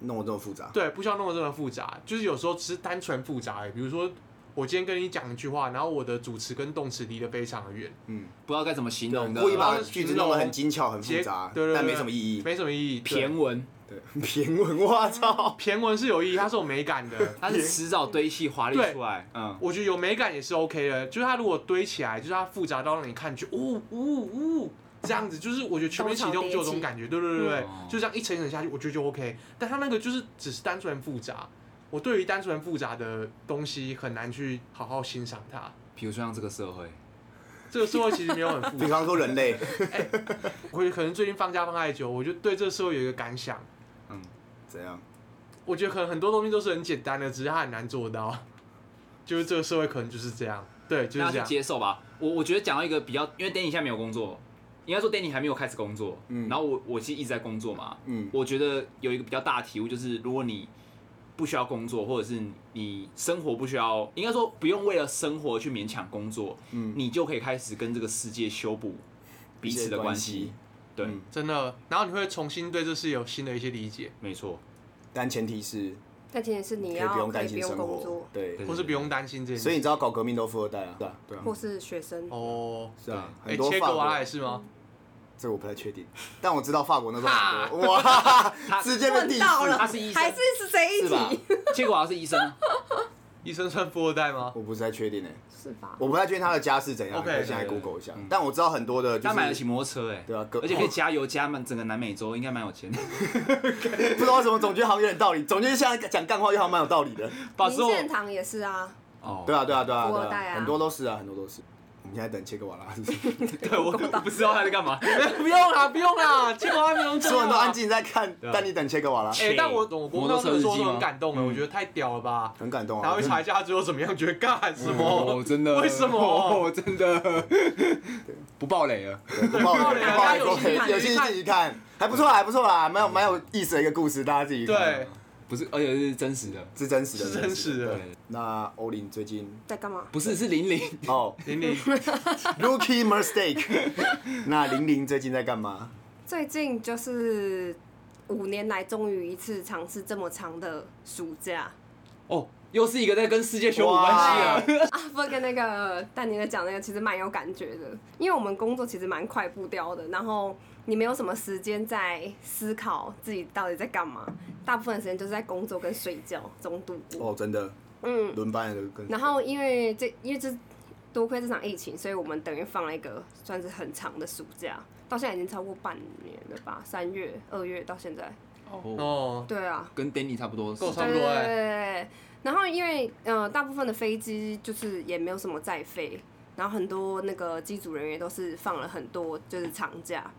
Speaker 3: 弄得这么复杂？
Speaker 2: 对，不需要弄得这么复杂，就是有时候只是单纯复杂而已。比如说，我今天跟你讲一句话，然后我的主词跟动词离得非常的远，
Speaker 3: 嗯，
Speaker 1: 不知道该怎么形容的
Speaker 3: 故意把句子弄得很精巧、很复
Speaker 2: 结
Speaker 3: 杂，
Speaker 2: 对对对
Speaker 3: 但没什么意义。
Speaker 2: 没什么意义。对
Speaker 1: 骈文，
Speaker 3: [laughs] 平稳，我操！
Speaker 2: 骈文是有意义，它是有美感的。
Speaker 1: 它是迟早堆砌华丽出来。嗯，
Speaker 2: 我觉得有美感也是 OK 的，就是它如果堆起来，就是它复杂到让你看去，呜呜呜，哦这样子，就是我觉得全面启动就有这种感觉，对对对对，
Speaker 1: 嗯
Speaker 2: 就这样一层一层下去，我觉得就 OK。但它那个就是只是单纯复杂，我对于单纯复杂的东西很难去好好欣赏它。
Speaker 1: 比如说像这个社会，
Speaker 2: 这个社会其实没有很复
Speaker 3: 比
Speaker 2: 杂，
Speaker 3: 方说人类，
Speaker 2: 我觉得可能最近放假放太久，我就对这个社会有一个感想，
Speaker 3: 嗯，怎样？
Speaker 2: 我觉得可能很多东西都是很简单的，只是它很难做到，就是这个社会可能就是这样，对，就
Speaker 1: 大家
Speaker 2: 是这
Speaker 1: 去
Speaker 2: 样。
Speaker 1: 接受吧。我我觉得讲到一个比较，因为 Danny 现在没有工作，应该说 Danny 还没有开始工作。
Speaker 3: 嗯
Speaker 1: 然后我我其实一直在工作嘛。
Speaker 3: 嗯
Speaker 1: 我觉得有一个比较大的体悟就是，如果你不需要工作，或者是你生活不需要，应该说不用为了生活去勉强工作，
Speaker 3: 嗯，
Speaker 1: 你就可以开始跟这个世界修补彼此的关
Speaker 3: 一
Speaker 1: 系
Speaker 3: 些关系。
Speaker 1: 对，
Speaker 3: 嗯
Speaker 2: 真的，然后你会重新对这事有新的一些理解，
Speaker 1: 没错，
Speaker 3: 但前提是
Speaker 4: 但前提是
Speaker 3: 可
Speaker 4: 你
Speaker 3: 以
Speaker 4: 要
Speaker 3: 不用
Speaker 4: 可
Speaker 3: 担
Speaker 4: 以不
Speaker 3: 心
Speaker 4: 用
Speaker 3: 生
Speaker 4: 工
Speaker 3: 活
Speaker 4: 作，，
Speaker 3: 对
Speaker 1: 对。
Speaker 2: 或是不用担心这件事。
Speaker 3: 所以你知道搞革命都富二代啊？对啊，对啊，
Speaker 4: 或是学生。
Speaker 2: 哦，
Speaker 3: 是啊，
Speaker 2: 哎，
Speaker 3: 很多
Speaker 2: 切
Speaker 3: 法
Speaker 2: 格瓦拉
Speaker 3: 国
Speaker 2: 也，是吗？
Speaker 3: 这我不太确定，但我知道法国那时候很多， [laughs] 哇，直接被
Speaker 4: 问
Speaker 3: 第
Speaker 4: 到
Speaker 3: 四，
Speaker 4: 了，
Speaker 1: 他是医生
Speaker 4: 还是是谁一
Speaker 3: 是
Speaker 4: [laughs]
Speaker 3: 吧
Speaker 4: 题？
Speaker 1: 结果好像是医生啊，
Speaker 2: 医生算富二代
Speaker 3: [laughs]
Speaker 2: 吗？
Speaker 3: 我不是太确定哎，
Speaker 4: 是吧？
Speaker 3: 我不太确定他的家是怎样，
Speaker 2: OK，
Speaker 3: 可以现在
Speaker 1: 对对
Speaker 3: Google 一下
Speaker 1: 嗯。
Speaker 3: 但我知道很多 [laughs] 的，就
Speaker 1: 他
Speaker 3: 是
Speaker 1: 买得
Speaker 3: [laughs]
Speaker 1: 起摩托车哎，
Speaker 3: 对啊哥
Speaker 1: 而且可以加油加满整个南美洲，应该蛮有钱的。
Speaker 3: 不知道为什么总觉得好像有点道理，总觉得像讲干话又好像蛮有道理的。
Speaker 1: 保
Speaker 4: 林
Speaker 1: 时我
Speaker 4: 献堂也是啊，
Speaker 1: 哦，
Speaker 3: [laughs] 对啊，对啊，对啊，
Speaker 4: 富
Speaker 3: 对
Speaker 4: 二代啊
Speaker 3: 很多都是啊，很多都是。我们现在等切格瓦拉，是不是
Speaker 1: 对，我不知道他在干嘛。
Speaker 2: 不用啦，不用啦，切格瓦拉没有用。
Speaker 3: 所有人都安。静在看，
Speaker 1: 对啊
Speaker 3: 但你等切格瓦拉，
Speaker 2: 啊哎，但我我国
Speaker 1: 摩
Speaker 2: 到
Speaker 1: 托车
Speaker 2: 那个
Speaker 1: 日
Speaker 2: 时
Speaker 1: 记
Speaker 2: 候都很
Speaker 1: 吗
Speaker 2: 感动了，
Speaker 1: 嗯
Speaker 2: 我觉得太屌了吧。
Speaker 3: 很感动
Speaker 2: 然
Speaker 3: 啊
Speaker 2: 后去。查一下他最后怎么样，觉得干什
Speaker 3: 嗯
Speaker 2: 么？
Speaker 1: 哦真的
Speaker 2: 哦
Speaker 1: 哦
Speaker 2: 为什么
Speaker 1: 真的 [laughs] 不爆雷了。
Speaker 3: 对 [laughs] 不爆
Speaker 2: 爆
Speaker 3: 雷，
Speaker 2: 雷
Speaker 3: 不
Speaker 2: 啊
Speaker 3: 爆
Speaker 2: 大家
Speaker 3: 雷，
Speaker 2: 有
Speaker 3: 不爆
Speaker 2: 兴趣
Speaker 3: 雷
Speaker 2: 看
Speaker 3: 有兴趣自己看，还不错啦，还不错啦，蛮有蛮有意思的一个故事，大家自己看
Speaker 2: 对，
Speaker 1: 不是，而且是真实的。
Speaker 3: 是真实的，
Speaker 2: 是真实的。
Speaker 1: 对，
Speaker 3: 那欧林最近
Speaker 4: 在干嘛？
Speaker 1: 不是是零零，
Speaker 3: 哦
Speaker 2: 玲玲，
Speaker 3: ，Rookie Mistake，那玲玲最近在干嘛？
Speaker 4: 最近就是五年来终于一次尝试这么长的暑假
Speaker 1: 哦，又是一个在跟世界修补关系了。
Speaker 4: 啊！不过跟那个丹尼的讲那个其实蛮有感觉的，因为我们工作其实蛮快步调的，然后你没有什么时间在思考自己到底在干嘛，大部分时间就是在工作跟睡觉中度过。
Speaker 3: 哦，真的
Speaker 4: 嗯，
Speaker 3: 轮班的跟
Speaker 4: 然后因为这因为这多亏这场疫情，所以我们等于放了一个算是很长的暑假，到现在已经超过半年了吧？三月、二月到现在，
Speaker 1: 哦，
Speaker 2: 哦，
Speaker 4: 对啊，
Speaker 1: 跟 Danny 差不多。
Speaker 2: 够
Speaker 4: 对
Speaker 2: 差不
Speaker 4: 对
Speaker 2: 多
Speaker 4: 对
Speaker 2: 哎
Speaker 4: 对。然后因为呃，大部分的飞机就是也没有什么载飞，然后很多那个机组人员都是放了很多就是长假。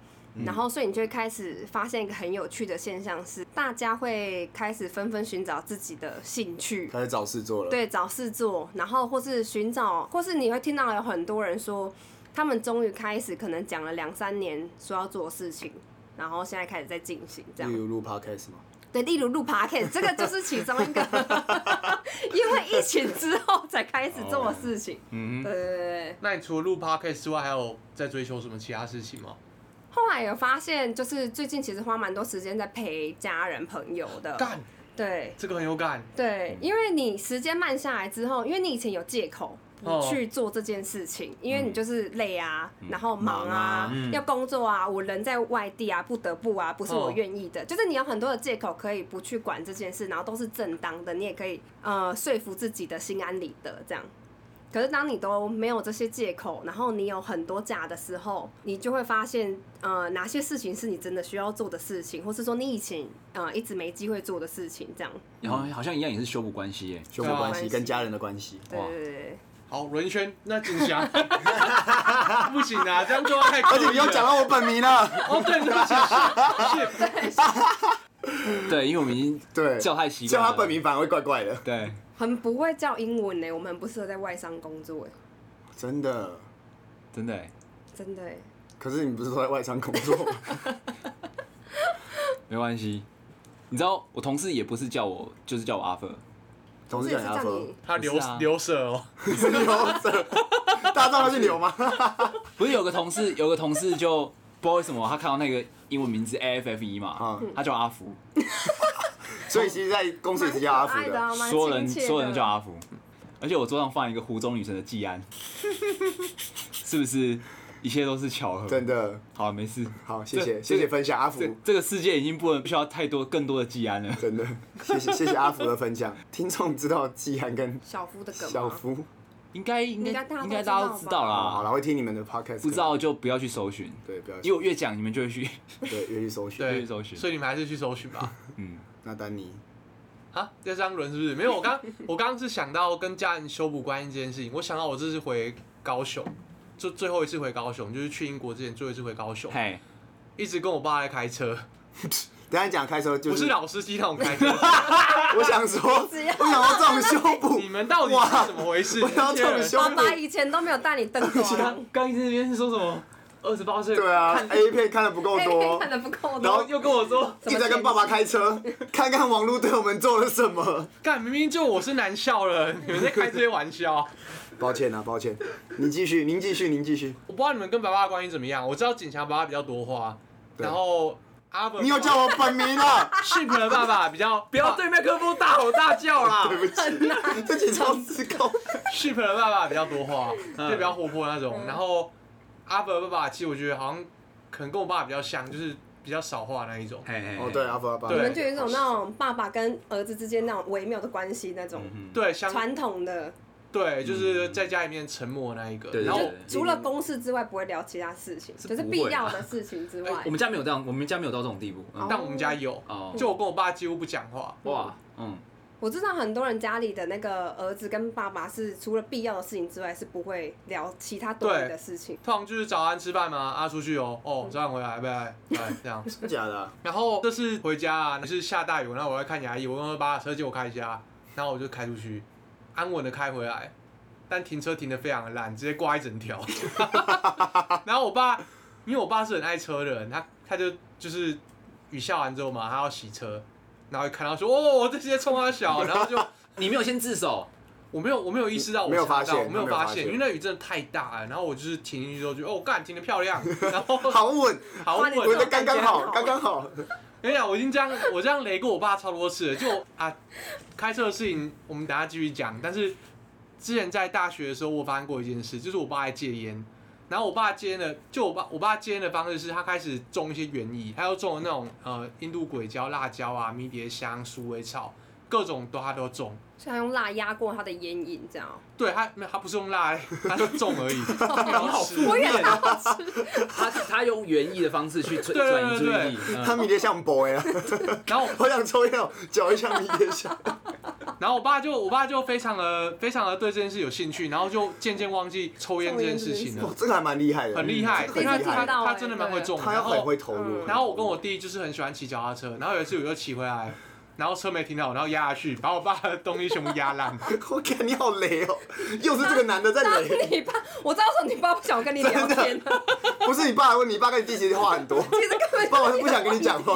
Speaker 4: 然后，所以你就会开始发现一个很有趣的现象是，大家会开始纷纷寻找自己的兴趣，
Speaker 3: 开始找事做了。
Speaker 4: 对，找事做，然后或是寻找，或是你会听到有很多人说，他们终于开始可能讲了两三年说要做的事情，然后现在开始在进行这
Speaker 3: 例
Speaker 4: 样。
Speaker 3: 如录 podcast 嘛，
Speaker 4: 对，例如录 podcast，这个就是其中一个，因为疫情之后才开始做的事情。
Speaker 1: 嗯
Speaker 4: 对，对对对。
Speaker 2: 那你除了录 podcast 之外，还有在追求什么其他事情吗？
Speaker 4: 后来有发现，就是最近其实花蛮多时间在陪家人朋友的。
Speaker 2: 干，
Speaker 4: 对，
Speaker 2: 这个很有感。
Speaker 4: 对，因为你时间慢下来之后，因为你以前有借口不
Speaker 2: 哦
Speaker 4: 去做这件事情，因为你就是累啊，然后
Speaker 3: 忙
Speaker 4: 忙
Speaker 3: 啊
Speaker 4: 啊，
Speaker 1: 嗯
Speaker 4: 要工作啊，我人在外地啊，不得不啊，不是我
Speaker 2: 哦
Speaker 4: 愿意的，就是你有很多的借口可以不去管这件事，然后都是正当的，你也可以呃说服自己的心安理得这样。可是当你都没有这些借口，然后你有很多假的时候，你就会发现，呃，哪些事情是你真的需要做的事情，或是说你以前呃一直没机会做的事情，这样。
Speaker 1: 然后好像一样也是修补关系耶。
Speaker 3: 修复关
Speaker 4: 对
Speaker 3: 系
Speaker 4: 啊
Speaker 3: 跟家人的关系。
Speaker 4: 对对对对。
Speaker 2: 好，轮圈，那静
Speaker 3: [laughs]
Speaker 2: 香，不行啊，这样做太刻
Speaker 3: 而
Speaker 2: 意
Speaker 3: 且你又
Speaker 2: 了
Speaker 3: 讲到我本名啊
Speaker 4: [laughs]
Speaker 3: 了，
Speaker 2: 哦，对，对不起，
Speaker 3: [laughs]
Speaker 2: 是是，
Speaker 1: 对，因为我们已
Speaker 2: [laughs]
Speaker 1: 经
Speaker 3: 对，
Speaker 1: 叫太习惯啊
Speaker 3: 叫
Speaker 1: 了，
Speaker 3: 他本名反而会怪怪的，
Speaker 1: 对，
Speaker 4: 很不会叫英文欸呢，我们很不适合在外商工作哎，
Speaker 3: 真的。
Speaker 1: 真的欸
Speaker 4: 真的哎。
Speaker 3: 可是你不是说在外商工作
Speaker 4: [laughs]
Speaker 3: 吗？
Speaker 1: 没关系。你知道我同事也不是叫我，就是叫我阿芬，
Speaker 3: 同事
Speaker 4: 这也
Speaker 3: 讲
Speaker 4: 是
Speaker 3: 阿
Speaker 4: 叫
Speaker 3: 峰
Speaker 4: 你，
Speaker 2: 他流
Speaker 1: 不是啊
Speaker 2: 流舍哦，
Speaker 3: 你 [laughs] 是留着，大家知道他是留吗？
Speaker 1: 不是有个同事，有个同事就不知道为什么他看到那个英文名字 A F F E 嘛，
Speaker 2: 嗯
Speaker 3: 啊，
Speaker 1: 他叫阿福，
Speaker 3: 所以其实，在公司也是叫阿
Speaker 4: 蛮可
Speaker 3: 福
Speaker 4: 爱的
Speaker 3: 的，
Speaker 4: 啊，蛮
Speaker 1: 所有人
Speaker 4: 亲切的
Speaker 1: 所有人都叫阿福，而且我桌上放一个湖中女神的季
Speaker 4: [laughs]
Speaker 1: 安，是不是？一切都是巧合。
Speaker 3: 真的。
Speaker 1: 好，没事。
Speaker 3: 好，谢谢，
Speaker 1: 这
Speaker 3: 谢谢分享，阿福
Speaker 1: 这，这个世界已经不能不需要太多更多的季安了。
Speaker 3: 真的，谢谢谢谢阿福的分享。听众知道季涵跟
Speaker 4: 小夫的梗啊吗
Speaker 3: 小夫，
Speaker 1: 应该应该
Speaker 4: 应该大家都
Speaker 1: 应该大家都知
Speaker 4: 知
Speaker 1: 道
Speaker 4: 道吧
Speaker 3: 好
Speaker 1: 啦，
Speaker 3: 了，会听你们的 podcast，
Speaker 1: 不知道就不要去搜寻，
Speaker 3: 对，不要去，
Speaker 1: 因为我越讲你们就会去。
Speaker 3: 对越去搜寻。
Speaker 1: 对
Speaker 2: [laughs] 对，
Speaker 1: 搜寻
Speaker 2: 所以你们还是去搜寻
Speaker 3: [laughs]
Speaker 2: 吧。
Speaker 1: 嗯，
Speaker 3: 那丹尼，
Speaker 2: 啊，要这样轮是不是？没有，我刚 [laughs] 我刚刚是想到跟家人修补关系这件事情，我想到我这次回高雄，就最后一次回高雄，就是去英国之前最后一次回高雄，
Speaker 1: 嘿，
Speaker 2: 一直跟我爸在开车，
Speaker 3: 等一下你讲开车就
Speaker 2: 不是啊老司机那种
Speaker 3: [laughs]
Speaker 2: 开车。
Speaker 3: 我想说，
Speaker 4: 只要
Speaker 3: 我想要这种修补 [laughs]
Speaker 2: 你，们到底是怎么回事？
Speaker 3: 我要这种修
Speaker 4: 爸
Speaker 3: 补
Speaker 4: 爸，以前都没有带你登过啊，
Speaker 1: 刚一直那边是说什么？二十八岁，
Speaker 3: 对啊，A 片看的不够
Speaker 4: 哎
Speaker 3: [laughs] 多
Speaker 4: 看，的不够
Speaker 3: 然后
Speaker 4: 多，
Speaker 1: 又跟我说，
Speaker 3: 一直在跟爸爸开车， [laughs] 看看网络对我们做了什么。
Speaker 2: 干，明明就我是男校人，你们在开这些玩笑。
Speaker 3: [laughs] 抱歉啊，抱歉，您继续，您继续，您继
Speaker 2: [laughs]
Speaker 3: 续。
Speaker 2: 我不知道你们跟爸爸的关系怎么样，我知道警察爸爸比较多话，
Speaker 3: 对
Speaker 2: 然后阿本
Speaker 3: 你有叫我本
Speaker 2: [laughs]
Speaker 3: 名了，
Speaker 2: s h 的爸爸比较
Speaker 1: 不要对麦克风大吼大叫 [laughs] 啦！
Speaker 3: 对不起，这几招失
Speaker 2: [laughs]
Speaker 3: 控。
Speaker 2: Ship 的爸爸比较多话，
Speaker 1: 嗯
Speaker 2: 就比较活泼那种。然后阿伯的爸爸，其实我觉得好像可能跟我爸比较像，就是比较少话那一种。
Speaker 1: 嘿嘿，
Speaker 3: 哦，对，，阿福阿爸，
Speaker 2: 对
Speaker 4: 你们就有一种那种爸爸跟儿子之间那种微妙的关系，那种
Speaker 1: 嗯，
Speaker 2: 对，相
Speaker 4: 传统的，
Speaker 2: 对就是在家里面沉默那一个。
Speaker 1: 对
Speaker 2: 然后
Speaker 1: 对对
Speaker 4: 除了公事之外不会聊其他事情，
Speaker 1: 是
Speaker 4: 就是
Speaker 1: 不
Speaker 4: 必
Speaker 1: 会啊
Speaker 4: 要的事情之外
Speaker 1: 啊我。们家没有这样，我们家没有到这种地步。嗯
Speaker 4: 哦
Speaker 2: 但我们家有，
Speaker 1: 哦，
Speaker 2: 就我跟我爸几乎不讲话。
Speaker 1: 哇，嗯，
Speaker 4: 我知道很多人家里的那个儿子跟爸爸是除了必要的事情之外，是不会聊其他多余的事情。
Speaker 2: 通常就是早安吃饭嘛，啊出去哦，哦早点回来，拜拜，拜这样。
Speaker 3: 真假的啊？
Speaker 2: 然后这次回家啊，就是下大雨，然后我要看牙医，我跟我爸车借我开一下，啊然后我就开出去，安稳的开回来，但停车停的非常的烂，直接挂一整条。 [laughs] 然后我爸，因为我爸是很爱车的人，他他就就是雨下完之后嘛，他要洗车，然后一看到说哦，这些冲他
Speaker 3: [laughs]
Speaker 2: 小，然后就
Speaker 1: 你没有先自首，
Speaker 2: 我没有我没有意识到我
Speaker 3: 没有
Speaker 2: 查
Speaker 3: 发现
Speaker 2: 到，我没有
Speaker 3: 他没
Speaker 2: 发
Speaker 3: 有发现
Speaker 2: 现，因为那雨真的太大了，然后我就是停进去之后就哦干停的漂
Speaker 3: [laughs]
Speaker 2: 亮，然后
Speaker 3: 好稳，
Speaker 2: 好稳
Speaker 4: 哇
Speaker 2: 哦
Speaker 4: 你
Speaker 3: 稳的刚
Speaker 2: [laughs]
Speaker 3: 刚好，刚
Speaker 4: 刚
Speaker 3: 刚好。
Speaker 2: 跟你讲，我已经这样，我这样雷过我爸超多次了。就啊，开车的事情我们等一下继续讲。但是之前在大学的时候，我发生过一件事，就是我爸在戒烟。然后我爸戒烟的，就我爸我爸戒烟的方式是他开始种一些园艺，他又种了那种呃印度鬼椒、辣椒啊、迷迭香、鼠尾草，各种都他都种。
Speaker 4: 所以他用辣压过他的烟瘾，这样。
Speaker 2: 对他没有，他不是用辣，他就种而已，然后吃。
Speaker 4: 我也要 [laughs] 吃，
Speaker 1: 他他用园艺的方式去转
Speaker 2: 对
Speaker 1: 转移注意
Speaker 2: 对
Speaker 1: 力。
Speaker 3: 他
Speaker 1: 嗯
Speaker 3: 迷迭香 boy 啊， [laughs]
Speaker 2: 然后
Speaker 3: 好想抽烟哦，嚼一下迷
Speaker 2: [laughs]
Speaker 3: 迭香。
Speaker 2: 然后我爸就我爸就非常的非常的对这件事有兴趣，然后就渐渐忘记抽烟这件事情
Speaker 3: 哇
Speaker 2: 了，，
Speaker 3: 哦这个还蛮厉害的，
Speaker 2: 很厉害，
Speaker 3: 嗯这
Speaker 2: 因
Speaker 3: 个
Speaker 2: 为他
Speaker 3: 很厉
Speaker 2: 他
Speaker 3: 害
Speaker 4: 的。
Speaker 2: 他真的蛮会种的。
Speaker 3: 他
Speaker 2: 然
Speaker 3: 要很
Speaker 2: 后
Speaker 3: 会投入。
Speaker 4: 嗯
Speaker 2: 然后我跟我弟就是很喜欢骑脚踏车，然后有一次我就骑回来，然后车没停好，然后压下去，把我爸的东西全部压烂。
Speaker 3: 我看你好雷哦，又是这个男的在
Speaker 4: 当
Speaker 3: 雷，
Speaker 4: 你爸，哦我知道说你爸不想跟你聊天了，
Speaker 3: 不是你爸来问你爸跟你弟其实话很多，
Speaker 4: 其实根本就
Speaker 3: 爸爸是不想跟你讲话，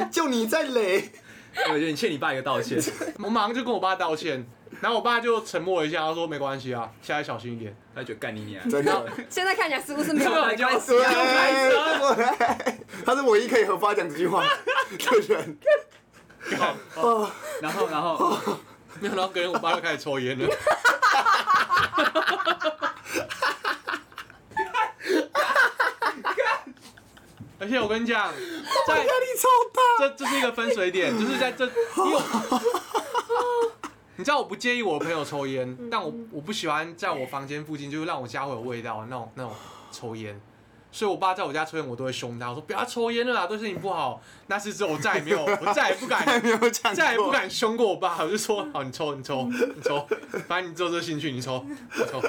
Speaker 4: 啊
Speaker 3: 就你在雷。
Speaker 1: 我觉得你欠你爸一个道歉。
Speaker 2: 我马上就跟我爸道歉，然后我爸就沉默了一下，他说没关系啊，下次小心一点。
Speaker 1: 他觉得干你 [laughs] 娘！
Speaker 3: 真的，
Speaker 4: [laughs] 现在看起来似乎是没有
Speaker 1: 这
Speaker 4: 的
Speaker 1: 个
Speaker 4: 关
Speaker 1: 很
Speaker 4: 系。
Speaker 3: 对，对他是唯一可以合法讲这句话
Speaker 4: [laughs]
Speaker 3: 的人。哦，
Speaker 1: 然后然后
Speaker 2: 没有，然后隔天我爸就开始抽烟了。 [laughs] 而且我跟你讲，
Speaker 3: 压
Speaker 2: 在
Speaker 3: 力超大。
Speaker 2: 这这是一个分水点，就是在这，因为我 [laughs] 你知道我不介意我的朋友抽烟，但我我不喜欢在我房间附近，就是让我家会有味道的那种那种抽烟，所以我爸在我家抽烟，我都会凶他，我说不要抽烟了啦，对身体不好。那次之后，我再也没有，我再也不敢，
Speaker 3: 没有讲过，
Speaker 2: 再也不敢凶过我爸，我就说好，你抽，你抽，你抽，反正你做这兴趣，你抽，你抽。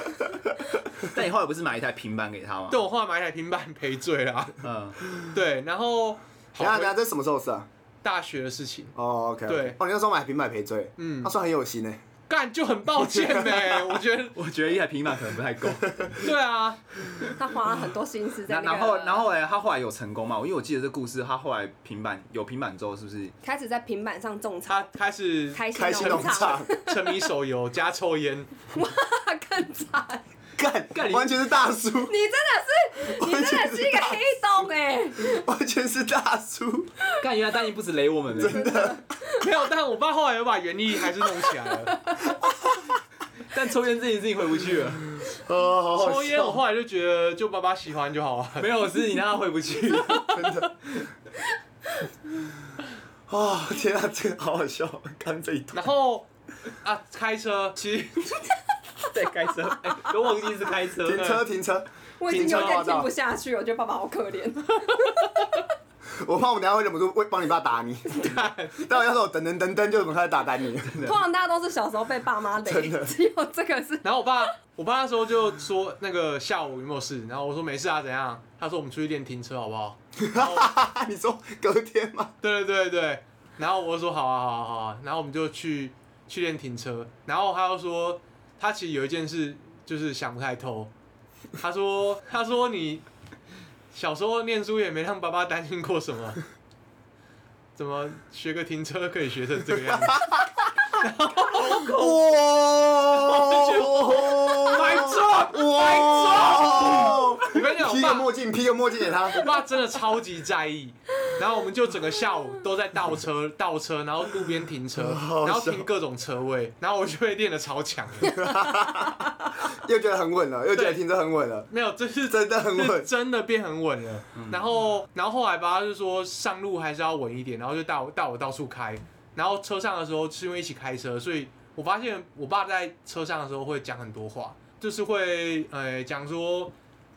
Speaker 1: 但你后来不是买一台平板给他吗？
Speaker 2: 对，我后来买一台平板赔罪啦。
Speaker 1: 嗯，
Speaker 2: 对，然后好
Speaker 3: 等一下等一下，这是什么时候的事啊？
Speaker 2: 大学的事情，
Speaker 3: 哦，OK，
Speaker 2: 对
Speaker 3: 哦，你那时候买平板赔罪，
Speaker 2: 嗯
Speaker 3: 他，算很有心呢。
Speaker 2: 干就很抱歉呢、我觉得
Speaker 1: 我觉得一台平板可能不太 [laughs] 够。
Speaker 2: 对啊，
Speaker 4: 他花了很多心思在
Speaker 1: 然
Speaker 4: 那
Speaker 1: 然
Speaker 4: 个。
Speaker 1: 后然后哎，他后来有成功嘛？因为我记得这故事，他后来平板有平板之后，是不是？
Speaker 4: 开始在平板上种
Speaker 2: 他
Speaker 4: 草， [laughs]
Speaker 2: 开始
Speaker 4: 开
Speaker 3: 开心
Speaker 4: 心
Speaker 3: 农
Speaker 4: 场，
Speaker 3: 场，
Speaker 2: 沉迷手游加抽烟， [laughs]
Speaker 4: 他更惨。
Speaker 3: 干
Speaker 1: 干你
Speaker 3: 完全是大叔，
Speaker 4: 你真的是，你真的是一个黑洞哎、
Speaker 1: [laughs]
Speaker 3: 完全是大叔。
Speaker 1: [laughs] 干，原来丹尼不止雷我们的，
Speaker 2: 没有，但我爸后来有把原力还是弄起来
Speaker 1: [laughs]
Speaker 2: 了。
Speaker 1: 但抽烟这件事情回不 [laughs] 去了。
Speaker 3: 哦，好好
Speaker 2: 抽烟我后来就觉得就爸爸喜欢就好
Speaker 1: [laughs]
Speaker 2: 了。
Speaker 1: 没有，是你让他回不 [laughs] 去。
Speaker 3: 哦，天啊，这个好好笑，看这一段。
Speaker 2: 然后啊，开车其实
Speaker 1: 对，开车，哎， [laughs] 都忘记是开车
Speaker 3: 停车，停车！
Speaker 4: 我已经有
Speaker 1: 啊
Speaker 4: 点听不下去了，我觉得爸爸好可怜。
Speaker 3: 我怕我们等一下会忍不住会帮你爸打你。但我要是我噔噔噔噔，就怎么开始打丹尼？
Speaker 4: 通常大家都是小时候被爸妈
Speaker 1: [laughs]
Speaker 3: 真
Speaker 4: 累
Speaker 3: 的，
Speaker 4: 只有这个是
Speaker 2: 然后我爸我爸那时候就说那个下午有没有事，然后我说没事啊怎样？他说我们出去练停车好不好？
Speaker 3: 你说隔天吗？
Speaker 2: 对对对对，然后我就说好啊好啊好啊，然后我们就去去练停车，然后他又说他其实有一件事就是想不太透，他说他说你小时候念书也没让爸爸担心过什
Speaker 3: [laughs]
Speaker 2: 么，怎么学个停车可以学成这个样子？
Speaker 3: 哇！
Speaker 2: 白 [laughs] 撞白
Speaker 3: 哇！
Speaker 2: 我跟你讲，
Speaker 3: 披
Speaker 2: 我
Speaker 3: 个
Speaker 2: 爸
Speaker 3: 墨镜，披个墨镜给他。
Speaker 2: 我爸真的超级在意，然后我们就整个下午都在倒
Speaker 3: [laughs]
Speaker 2: 车倒车，然后路边停车，
Speaker 3: 好
Speaker 2: 然后
Speaker 3: 笑
Speaker 2: 停各种车位，然后我就被练得超
Speaker 3: [laughs]
Speaker 2: 强的。
Speaker 3: 又觉得很稳了，又觉得
Speaker 2: 对
Speaker 3: 停车很稳了，
Speaker 2: 没有，这是
Speaker 3: 真的很
Speaker 2: 是
Speaker 3: 稳。嗯
Speaker 2: 真的变很稳了。然后，然后后来爸爸就说上路还是要稳一点，然后就带我带我到处开。然后车上的时候是因为一起开车，所以我发现我爸在车上的时候会讲很多话，就是会呃讲说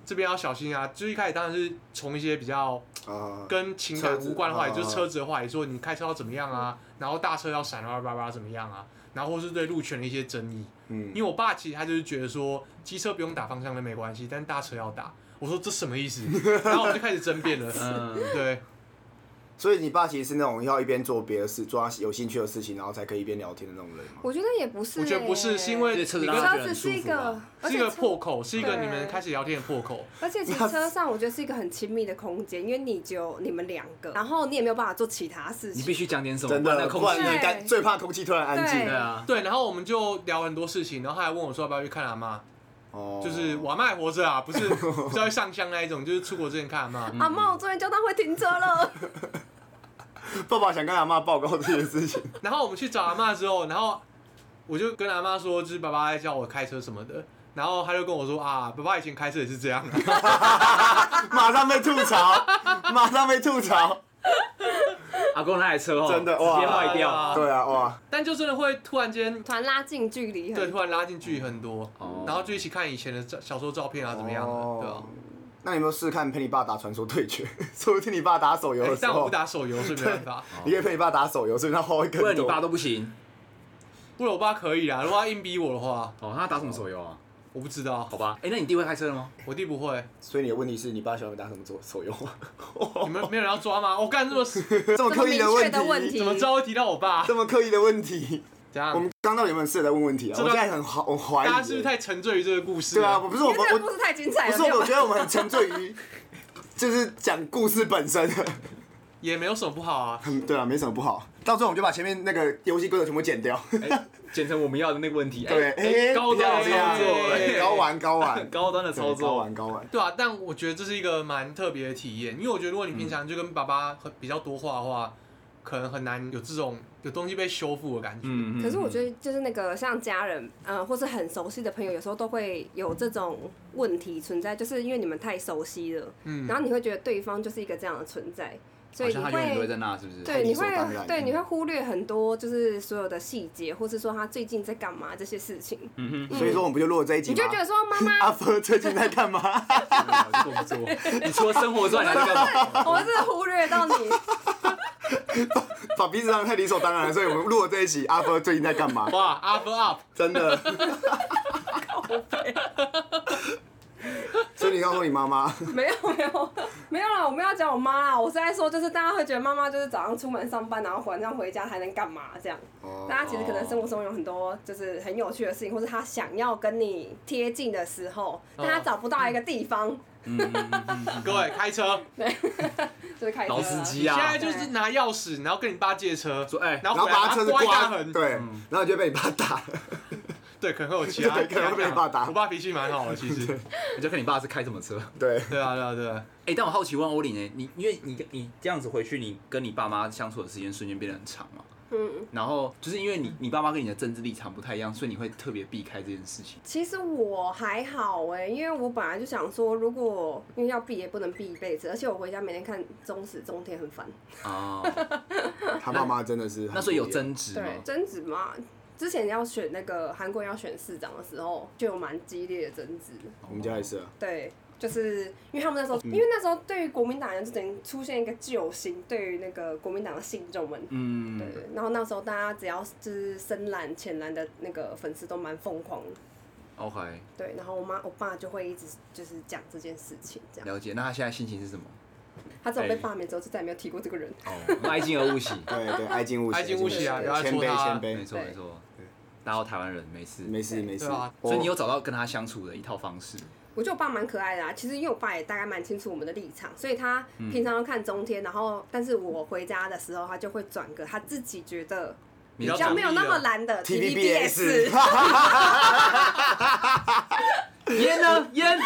Speaker 2: 这边要小心啊。就一开始当然是从一些比较
Speaker 3: 啊，
Speaker 2: 跟情感无关的话，
Speaker 3: 车
Speaker 2: 也
Speaker 3: 子
Speaker 2: 就是车子的话，也说你开车要怎么样啊，然后大车要闪叭叭叭怎么样啊，然后或是对路权的一些争议。
Speaker 3: 嗯，
Speaker 2: 因为我爸其实他就是觉得说，机车不用打方向灯没关系，但大车要打。我说这什么意思？然后我们就开始争辩了。
Speaker 1: 嗯，
Speaker 2: 对，
Speaker 3: 所以你爸其实是那种要一边做别的事，做他有兴趣的事情，然后才可以一边聊天的那种人嘛。
Speaker 4: 我觉得也不是、
Speaker 2: 我觉得不是，是因为
Speaker 1: 这车子
Speaker 2: 你
Speaker 1: 让
Speaker 2: 跟
Speaker 1: 他
Speaker 4: 车
Speaker 1: 觉得
Speaker 4: 子
Speaker 1: 很
Speaker 4: 啊是一
Speaker 1: 舒服
Speaker 4: 个
Speaker 1: 吧，
Speaker 2: 是
Speaker 4: 而
Speaker 2: 一
Speaker 4: 且
Speaker 2: 个
Speaker 4: 车
Speaker 2: 破口，是一个
Speaker 4: 对
Speaker 2: 你们开始聊天的破口。
Speaker 4: 而且其实车上我觉得是一个很亲密的空间，因为你只有你们两个，然后你也没有办法做其他事
Speaker 1: 你
Speaker 4: 情。
Speaker 1: 必须讲点什么，
Speaker 3: 真
Speaker 1: 不然
Speaker 3: 的，
Speaker 1: 那空
Speaker 3: 不然
Speaker 1: 气
Speaker 4: 对
Speaker 3: 你干最怕空气突然安静
Speaker 1: 对。啊，
Speaker 2: 对，然后我们就聊很多事情，然后他还问我说要不要去看阿妈，
Speaker 3: 哦
Speaker 2: 就是我阿妈还活着啊，不是不是要去上香那一种，就是出国之前看阿妈。
Speaker 4: 阿妈，我终于叫到会停车了。 [laughs]
Speaker 3: 爸爸想跟阿妈报告这件事情，
Speaker 2: 然后我们去找阿妈之后，然后我就跟阿妈说，就是爸爸在叫我开车什么的，然后他就跟我说啊，爸爸以前开车也是这样、啊。 [laughs]
Speaker 3: 马上被吐槽，马上被吐槽。
Speaker 1: 阿公那台车哦，
Speaker 3: 真的
Speaker 1: 直
Speaker 3: 哇
Speaker 1: 接坏
Speaker 2: 啊
Speaker 1: 掉。 [laughs]
Speaker 3: 对啊，哇，
Speaker 2: 但就真的会突然间，
Speaker 4: 突然拉近距离，
Speaker 2: 对，突然拉近距离很多，
Speaker 1: 哦
Speaker 2: 然后就一起看以前的照小时候照片啊，怎么样的，对吧
Speaker 3: 哦？那你有没有试试看陪你爸打传说对决？ [laughs] 说不定你爸打手游
Speaker 2: 哎
Speaker 3: 的时
Speaker 2: 但我
Speaker 3: 候
Speaker 2: 不，打手游，所以没办
Speaker 3: [laughs]
Speaker 2: 法。
Speaker 3: 你可以陪你爸打手游，所以他花会
Speaker 1: 不
Speaker 3: 更多。
Speaker 1: 然你爸都不行
Speaker 2: 不然我爸可以啦，如果他硬逼我的话，
Speaker 1: 哦，那他打什么手游啊？
Speaker 2: 我不知道
Speaker 1: 好，吧，哎、那你弟会开车了吗？
Speaker 2: 我弟不会。
Speaker 3: 所以你的问题是你爸喜欢打什么手手游？哦
Speaker 2: 你们没有人要抓吗？我干
Speaker 3: [laughs]
Speaker 2: 这么死，
Speaker 3: 这么刻意
Speaker 4: 明确的
Speaker 3: 问
Speaker 4: 问
Speaker 3: 题，
Speaker 4: 题，
Speaker 2: 怎么知道会提到我爸
Speaker 3: 这？么刻意的问题。
Speaker 2: 怎
Speaker 3: 我们
Speaker 2: 样？
Speaker 3: 刚到底有没有试着在问问题啊？
Speaker 2: 这
Speaker 3: 我
Speaker 2: 个
Speaker 3: 现在很好，我怀疑耶。
Speaker 2: 大家是不是太沉醉于这个故事
Speaker 3: 对啊，
Speaker 2: 了？
Speaker 3: 我不是我
Speaker 4: 因
Speaker 3: 们
Speaker 4: 为这
Speaker 3: 我
Speaker 4: 个故事太精
Speaker 3: 不
Speaker 4: 彩了，
Speaker 3: 是
Speaker 4: 没有
Speaker 3: 我觉
Speaker 4: 办法
Speaker 3: 得我们很沉醉于， [laughs] 就是讲故事本身。 [laughs]
Speaker 2: 也没有什么不好啊。
Speaker 3: 嗯对啊，没什么不好。到最后我们就把前面那个游戏规则全部剪掉。
Speaker 1: 哎、剪成我们要的那个问题，哎、
Speaker 3: 对，哎，
Speaker 1: 高
Speaker 3: 不要
Speaker 1: 端
Speaker 3: 这
Speaker 1: 的
Speaker 3: 样
Speaker 1: 操
Speaker 2: 不要
Speaker 1: 作，
Speaker 2: 这
Speaker 1: 哎
Speaker 2: 样
Speaker 3: 高玩高玩，
Speaker 1: [laughs] 高端的操
Speaker 3: 对高
Speaker 1: 作，
Speaker 3: 玩高玩。
Speaker 2: 对啊，但我觉得这是一个蛮特别的体验，因为我觉得如果
Speaker 3: 嗯
Speaker 2: 你平常就跟爸爸很比较多话的话，可能很难有这种有东西被修复的感觉。
Speaker 1: 嗯
Speaker 4: 可是我觉得，就是那个像家人，呃，或是很熟悉的朋友，有时候都会有这种问题存在，就是因为你们太熟悉了，
Speaker 2: 嗯
Speaker 4: 然后你会觉得对方就是一个这样的存在，所
Speaker 1: 好
Speaker 4: 以你
Speaker 1: 像他永远都会
Speaker 4: 会
Speaker 1: 在那，是不是？
Speaker 4: 对，
Speaker 3: 理
Speaker 4: 你
Speaker 3: 所
Speaker 4: 会
Speaker 3: 当然
Speaker 4: 对你会忽略很多，就是所有的细节，或是说他最近在干嘛这些事情，
Speaker 1: 嗯
Speaker 3: 所以说我们不就录了这一集
Speaker 4: 你
Speaker 3: 吗？
Speaker 4: 就觉得说妈妈
Speaker 3: 阿福最近在干嘛？
Speaker 1: 哼，做不做？你除了生活之外，你还在干
Speaker 4: [laughs]
Speaker 1: 嘛？
Speaker 4: 我们真的忽略到你，
Speaker 3: 把鼻子上太理所当然了，所以我们录了这一集，阿福最近在干嘛？
Speaker 1: 哇，up up，
Speaker 3: 真的。所以你告诉你妈妈，
Speaker 4: 没有没有没有啦，我没有要讲我妈啦，我是在说就是大家会觉得妈妈就是早上出门上班，然后晚上回家还能干嘛这样，
Speaker 3: 哦，
Speaker 4: 大家其实可能生活中有很多就是很有趣的事情，或是他想要跟你贴近的时候，
Speaker 3: 嗯
Speaker 4: 但他找不到一个地方，
Speaker 1: 嗯
Speaker 2: 各位开
Speaker 3: 嗯
Speaker 2: 车，
Speaker 4: 就是开始
Speaker 1: 老司
Speaker 2: 你
Speaker 1: 机
Speaker 2: 现
Speaker 1: 啊
Speaker 2: 在，就是拿钥匙，然后跟你爸借车，
Speaker 1: 说哎，
Speaker 2: 然
Speaker 3: 然
Speaker 2: 后
Speaker 3: 后
Speaker 2: 回来
Speaker 3: 把他车子
Speaker 2: 刮一大
Speaker 3: 刮，
Speaker 2: 痕，
Speaker 3: 对，然后你就被你爸打。
Speaker 2: 对，可能会有其他，
Speaker 3: 对可能会被你爸打
Speaker 2: 我爸脾气蛮好的，其实。
Speaker 1: 你就看你爸是开什么 [laughs] 车。
Speaker 3: 对，
Speaker 2: [laughs] 对啊，对啊，对啊。
Speaker 1: 哎，但我好奇问欧林哎，你因为你你这样子回去，你跟你爸妈相处的时间瞬间变得很长嘛？
Speaker 4: 嗯，
Speaker 1: 然后就是因为你你爸妈跟你的政治立场不太一样，所以你会特别避开这件事情。
Speaker 4: 其实我还好哎、因为我本来就想说，如果因为要避也不能避一辈子，而且我回家每天看中史中天很烦。
Speaker 1: 哦，
Speaker 3: 他爸妈真的是很
Speaker 1: 那所以有
Speaker 3: 不一样
Speaker 1: 争执吗？
Speaker 4: 对，争执嘛，之前要选那个韩国要选市长的时候，就有蛮激烈的争执。
Speaker 3: 我们家也是啊，
Speaker 4: 对，就是因为他们那时
Speaker 1: 哦嗯
Speaker 4: 候，因为那时候对于国民党人就等于出现一个救星，对于那个国民党的信众们。
Speaker 1: 嗯
Speaker 4: 对，，然后那时候大家只要就是深蓝、浅蓝的那个粉丝都蛮疯狂的，
Speaker 1: OK，
Speaker 4: 对，然后我妈我爸就会一直就是讲这件事情，这样。
Speaker 1: 了解。那他现在心情是什么？
Speaker 4: 他自从被
Speaker 1: 哎
Speaker 4: 罢免之后，就再也没有提过这个人。
Speaker 1: [laughs] 哦，哀矜而勿喜。
Speaker 3: 对对，爱敬勿喜，
Speaker 2: 爱敬勿喜啊
Speaker 3: 对
Speaker 2: 不要
Speaker 3: 谦
Speaker 2: 戳
Speaker 3: 卑
Speaker 2: 他
Speaker 3: 谦
Speaker 1: 没
Speaker 3: 卑，
Speaker 1: 错
Speaker 4: 对
Speaker 1: 没错
Speaker 3: [laughs] 对，
Speaker 1: 大家都台湾人没事。
Speaker 3: 没事没事
Speaker 2: 对啊。
Speaker 1: 所以你
Speaker 3: 有
Speaker 1: 有找到跟他相处的一套方式，
Speaker 4: 我觉得我爸蛮可爱的啊，其实因为我爸也大概蛮清楚我们的立场，所以他
Speaker 1: 嗯
Speaker 4: 平常都看中天，然后但是我回家的时候，他就会转个他自己觉得
Speaker 1: 比
Speaker 4: 比
Speaker 2: 较
Speaker 4: 较
Speaker 2: 中
Speaker 4: 没有那么蓝的
Speaker 3: TVBS，
Speaker 1: [laughs]
Speaker 4: TVBS
Speaker 1: 烟呢 [laughs] 烟，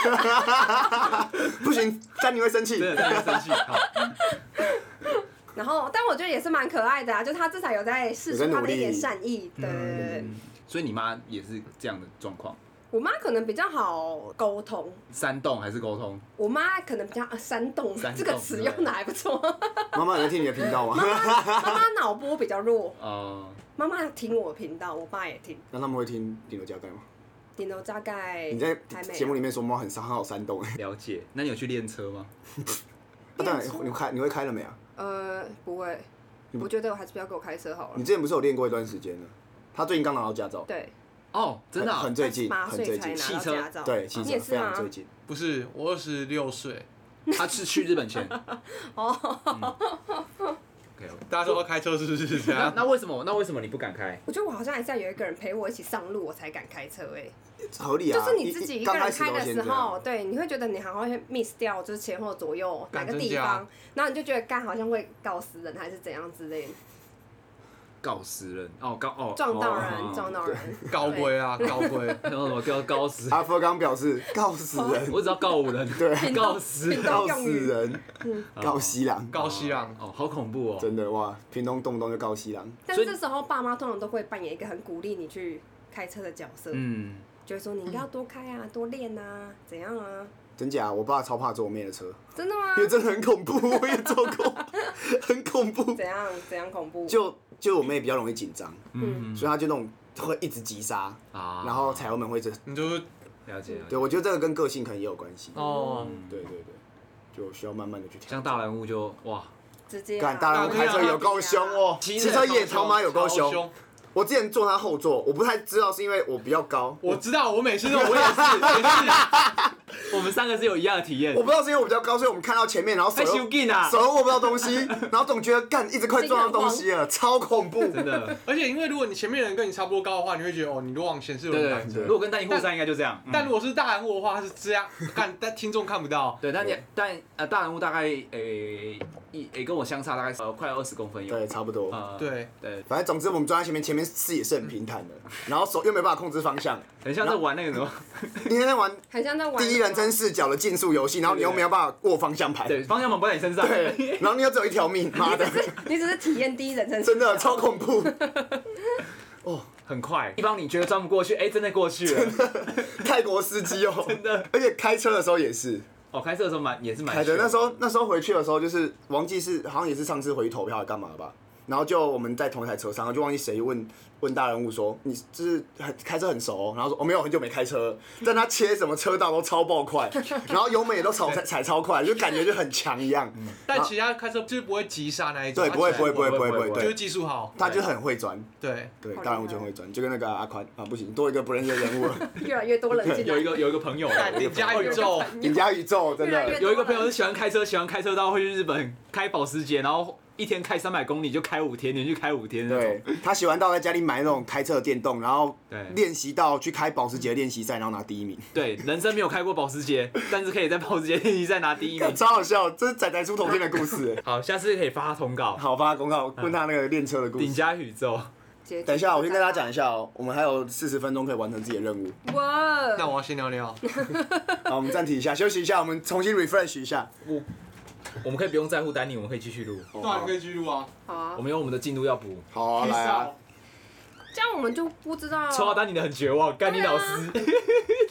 Speaker 3: 不行，但你会生气。
Speaker 1: 对，大家生气。好
Speaker 4: 然后但我觉得也是蛮可爱的啊，就他至少有在试出他的一点善意。
Speaker 1: 嗯
Speaker 4: 对对对对，
Speaker 1: 所以你妈也是这样的状况，
Speaker 4: 我妈可能比较好沟通，
Speaker 1: 煽动还是沟通？
Speaker 4: 我妈可能比较啊煽动
Speaker 1: 煽动
Speaker 4: 这个词用的还
Speaker 3: [laughs]
Speaker 4: 不错。
Speaker 3: 妈妈有在听你的频道吗？
Speaker 4: 妈妈脑波比较弱，
Speaker 1: 呃，
Speaker 4: 妈妈听我频道，我爸也听，
Speaker 3: 那他们会听顶楼加盖吗？
Speaker 4: 顶多大概
Speaker 3: 你在
Speaker 4: 哎还没
Speaker 3: 节目里面说猫很很好煽动，
Speaker 1: 了解。那你有去练车吗？
Speaker 3: 那当然 [laughs] 你开你会开了没啊？
Speaker 4: 呃，不会，我觉得我还是不要给我开车好了
Speaker 3: 你。之前不是有练过一段时间的？他最近刚拿到驾照，
Speaker 4: 对，
Speaker 1: 哦，真的啊
Speaker 3: 很最近，
Speaker 4: 八
Speaker 3: 很最
Speaker 4: 岁才
Speaker 3: 近，
Speaker 1: 汽
Speaker 4: 拿到
Speaker 1: 车
Speaker 4: 驾照。
Speaker 3: 对，其
Speaker 4: 你
Speaker 3: 实
Speaker 4: 也是啊
Speaker 3: 非常
Speaker 4: 吗
Speaker 3: 最？近。
Speaker 2: 不是，我二十六岁，
Speaker 1: 他是去日本前。
Speaker 4: 哦，
Speaker 1: OK，
Speaker 2: 大家都要开车是不
Speaker 3: [laughs]
Speaker 2: 是？
Speaker 1: [laughs]
Speaker 2: 这
Speaker 1: 那
Speaker 2: 样。
Speaker 1: 那为什么？那为什么你不敢开？
Speaker 4: 我觉得我好像还是要有一个人陪我一起上路，我才敢开车诶、
Speaker 3: 合理啊，
Speaker 4: 就是你自己一个
Speaker 3: 刚
Speaker 4: 人
Speaker 3: 开始
Speaker 4: 开
Speaker 3: 都
Speaker 4: 的
Speaker 3: 先
Speaker 4: 时
Speaker 3: 这
Speaker 4: 候，
Speaker 3: 样，
Speaker 4: 对，你会觉得你好像会 miss 掉，就是前后左右哪
Speaker 2: 干
Speaker 4: 个
Speaker 2: 真
Speaker 4: 地
Speaker 2: 假
Speaker 4: 方，然后你就觉得干好像会搞死人还是怎样之类的，
Speaker 1: 告死人哦，告哦，
Speaker 4: 撞到人，
Speaker 1: 哦 [laughs] 哎
Speaker 4: 撞到人。
Speaker 2: 高规啊，高
Speaker 3: [laughs]
Speaker 2: 规。
Speaker 1: 还有什么叫告死？
Speaker 3: 阿福刚表示告死人，
Speaker 4: [laughs]
Speaker 1: 我只要告五人，
Speaker 3: 对
Speaker 1: 告死人，
Speaker 3: 告死人，
Speaker 4: 嗯
Speaker 3: 告西郎，
Speaker 2: 告西郎
Speaker 1: 哦，好恐怖哦。
Speaker 3: 真的哇，屏东动不动就告西郎，
Speaker 4: 但
Speaker 1: 所
Speaker 4: 是
Speaker 1: 以
Speaker 4: 这时候爸妈通常都会扮演一个很鼓励你去开车的角色，
Speaker 1: 嗯，
Speaker 4: 就会说你要多开啊，多练啊，怎样啊？
Speaker 3: 真假？我爸超怕坐我妹的车，
Speaker 4: 真的吗
Speaker 3: 因？为真的很恐怖，我也坐过， [laughs] 很恐怖。
Speaker 4: 怎样怎样恐怖？
Speaker 3: 就就我妹比较容易紧张，
Speaker 1: 嗯
Speaker 3: 所以她就那种会一直急刹，
Speaker 1: 啊
Speaker 3: 然后踩油门会一直。
Speaker 2: 你就是
Speaker 1: 了解，了解
Speaker 3: 对，我觉得这个跟个性可能也有关系。
Speaker 2: 哦，
Speaker 3: 对对对，就需要慢慢的去调
Speaker 1: 像。大人物就哇，
Speaker 4: 直接、啊、
Speaker 3: 干，大人物开车有够凶哦，
Speaker 1: 啊
Speaker 3: 骑车也他妈有够
Speaker 2: 超
Speaker 3: 凶。。我之前坐他后座，我不太知道是因为我比
Speaker 1: [laughs]
Speaker 3: 较高，
Speaker 2: 我知道，我每次都我也是，也
Speaker 1: [laughs] 我们三个是有一样的体验
Speaker 3: 我。不知道是因为我比较高，所以我们看到前面，
Speaker 1: [laughs]
Speaker 3: 然后手
Speaker 1: 太羞
Speaker 3: 又
Speaker 1: 劲啊
Speaker 3: 手！又握不到东西，然后总觉得干一直快撞到东西了，超恐怖。
Speaker 1: 真的，
Speaker 2: 是。而且因为如果你前面的人跟你差不多高的话，你会觉得哦，你如果往前是有
Speaker 1: 对
Speaker 2: 人
Speaker 1: 对
Speaker 2: 挡
Speaker 1: 对，
Speaker 2: 着。
Speaker 1: 如果跟单一互山应该就这样。嗯
Speaker 2: 但如果是大人物的话，他是这样看，但听众看不到。
Speaker 1: 对，但你但呃大人物大概诶一诶跟我相差大概呃快二十公分有。
Speaker 3: 对，差不多。
Speaker 1: 呃
Speaker 2: 对，
Speaker 1: 对，
Speaker 3: 反正总之我们抓在前面，前面视野是很平坦的，然后手又没办法控制
Speaker 1: [laughs]
Speaker 3: 方向。
Speaker 1: 很像在玩那个什么，
Speaker 3: 你在那玩
Speaker 4: 很像在玩
Speaker 3: 第一人称视角的竞速游戏，然后你又没有办法握方向盘，
Speaker 1: 对，方向盘不在你身上。
Speaker 3: 对，然后你又只有一条命，妈的，
Speaker 4: 你只是体验第一人称，
Speaker 3: 真的超恐怖。
Speaker 1: [laughs] 很快，地方你觉得钻不过去，哎，真的过去了。
Speaker 3: 泰国司机哦，
Speaker 1: 真的，
Speaker 3: 而且开车的时候也是，
Speaker 1: 哦，开车的时候蛮也是蛮
Speaker 3: 凯德
Speaker 1: chill
Speaker 3: 那时候那时候回去的时候，就是忘记是好像也是上次回去投票还干嘛吧，然后就我们在同一台车上，然后就忘记谁问问大人物说你就是很开车很熟哦、然后说我、哦、没有很久没开车了，但他切什么车道都超
Speaker 1: [laughs]
Speaker 3: 爆快，然后油门也都超踩踩超快，就感觉就很强一样。
Speaker 2: 但其他开车就是不会急刹那一种，
Speaker 3: 啊对，
Speaker 2: 他
Speaker 3: 不会
Speaker 2: 只
Speaker 3: 不会不会不会不会，
Speaker 2: 就
Speaker 3: 对
Speaker 2: 是，技术好，
Speaker 3: 他就很会钻，
Speaker 2: [laughs] 对，
Speaker 3: 对，
Speaker 4: 好厉
Speaker 3: 大人物
Speaker 4: 害
Speaker 3: 就很会钻，就跟那个阿宽啊，不行，多一个不认识的人物了，
Speaker 4: [laughs] 越来越多人进来
Speaker 1: 有一个有一个朋友，
Speaker 2: 你加宇宙，
Speaker 3: 你家宇宙真
Speaker 4: 越来越
Speaker 3: 的
Speaker 1: 有一个朋友是喜欢开车，喜欢开车到会去日本开保时捷，然后一天开三百公里就开五天，连续开五天那种
Speaker 3: 对。他喜欢到在家里买那种开车的电动，然后
Speaker 1: 对
Speaker 3: 练习到去开保时捷的练习赛，然后拿第一名， [laughs]
Speaker 1: 对，人生没有开过保时捷， [laughs] 但是可以在保时捷练习赛拿第一名。
Speaker 3: 干。超好笑，这是仔仔出头天的故事欸
Speaker 1: 好，下次可以发通告，
Speaker 3: [laughs] 好吧，公告问他那个练车的故
Speaker 1: 顶
Speaker 3: 事。
Speaker 1: 加宇宙。
Speaker 3: [laughs] 等一下，我先跟大家讲一下哦，我们还有四十分钟可以完成自己的任务。
Speaker 4: 讲，哇，
Speaker 2: 那我要先尿 [laughs] 尿，
Speaker 3: 好，我们暂停一下，休息一下，我们重新 refresh 一下。
Speaker 1: 我们可以不用在乎丹尼，我们可以继续录。
Speaker 3: 哦
Speaker 2: 那你可以去录啊，
Speaker 4: 好啊
Speaker 1: 我，们有我们的进度要补。
Speaker 3: 好啊，来啊，
Speaker 4: 这样我们就不知道，
Speaker 1: 抽到丹尼的很绝望，干你老师。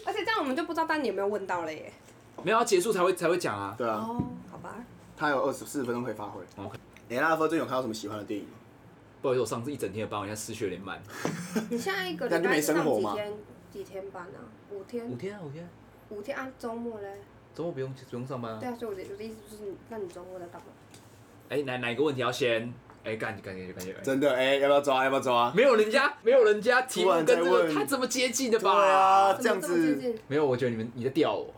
Speaker 4: 而且这样我们就不知道丹尼有没有问到了耶。
Speaker 1: [laughs] 没有要结束才会才会讲啊。
Speaker 3: 对啊，
Speaker 4: 哦，好吧，
Speaker 3: 他有二十四分钟可以发挥。
Speaker 1: OK
Speaker 3: 哎，那最近有看到什么喜欢的电影吗？
Speaker 1: 不好意思，我上次一整天的班，我现在失血连满。
Speaker 4: 你下一个
Speaker 3: 那
Speaker 4: 礼
Speaker 3: 就
Speaker 4: 拜
Speaker 3: 没
Speaker 4: 上
Speaker 3: 生活
Speaker 4: 几
Speaker 3: 嘛
Speaker 4: 天？几天班啊？五
Speaker 1: 五
Speaker 4: 天，
Speaker 1: 天啊，五天啊，
Speaker 4: 五天啊，周末嘞？
Speaker 1: 周末不用不用上班
Speaker 4: 对
Speaker 1: 啊。
Speaker 4: 啊，所以我的我的意思就是，那你周末在干嘛？
Speaker 1: 哎，哪哪一个问题要先？哎，干干干干干。
Speaker 3: 真的，哎，要不要抓？要不要抓？
Speaker 1: 没有人家，没有人家题目跟这
Speaker 3: 突然在
Speaker 1: 个
Speaker 3: 问
Speaker 1: 他怎么接近的
Speaker 3: 对
Speaker 1: 吧？
Speaker 3: 啊，
Speaker 4: 怎
Speaker 3: 这样
Speaker 4: 么么接
Speaker 3: 子
Speaker 4: 近
Speaker 1: 没有，我觉得你们你在吊我。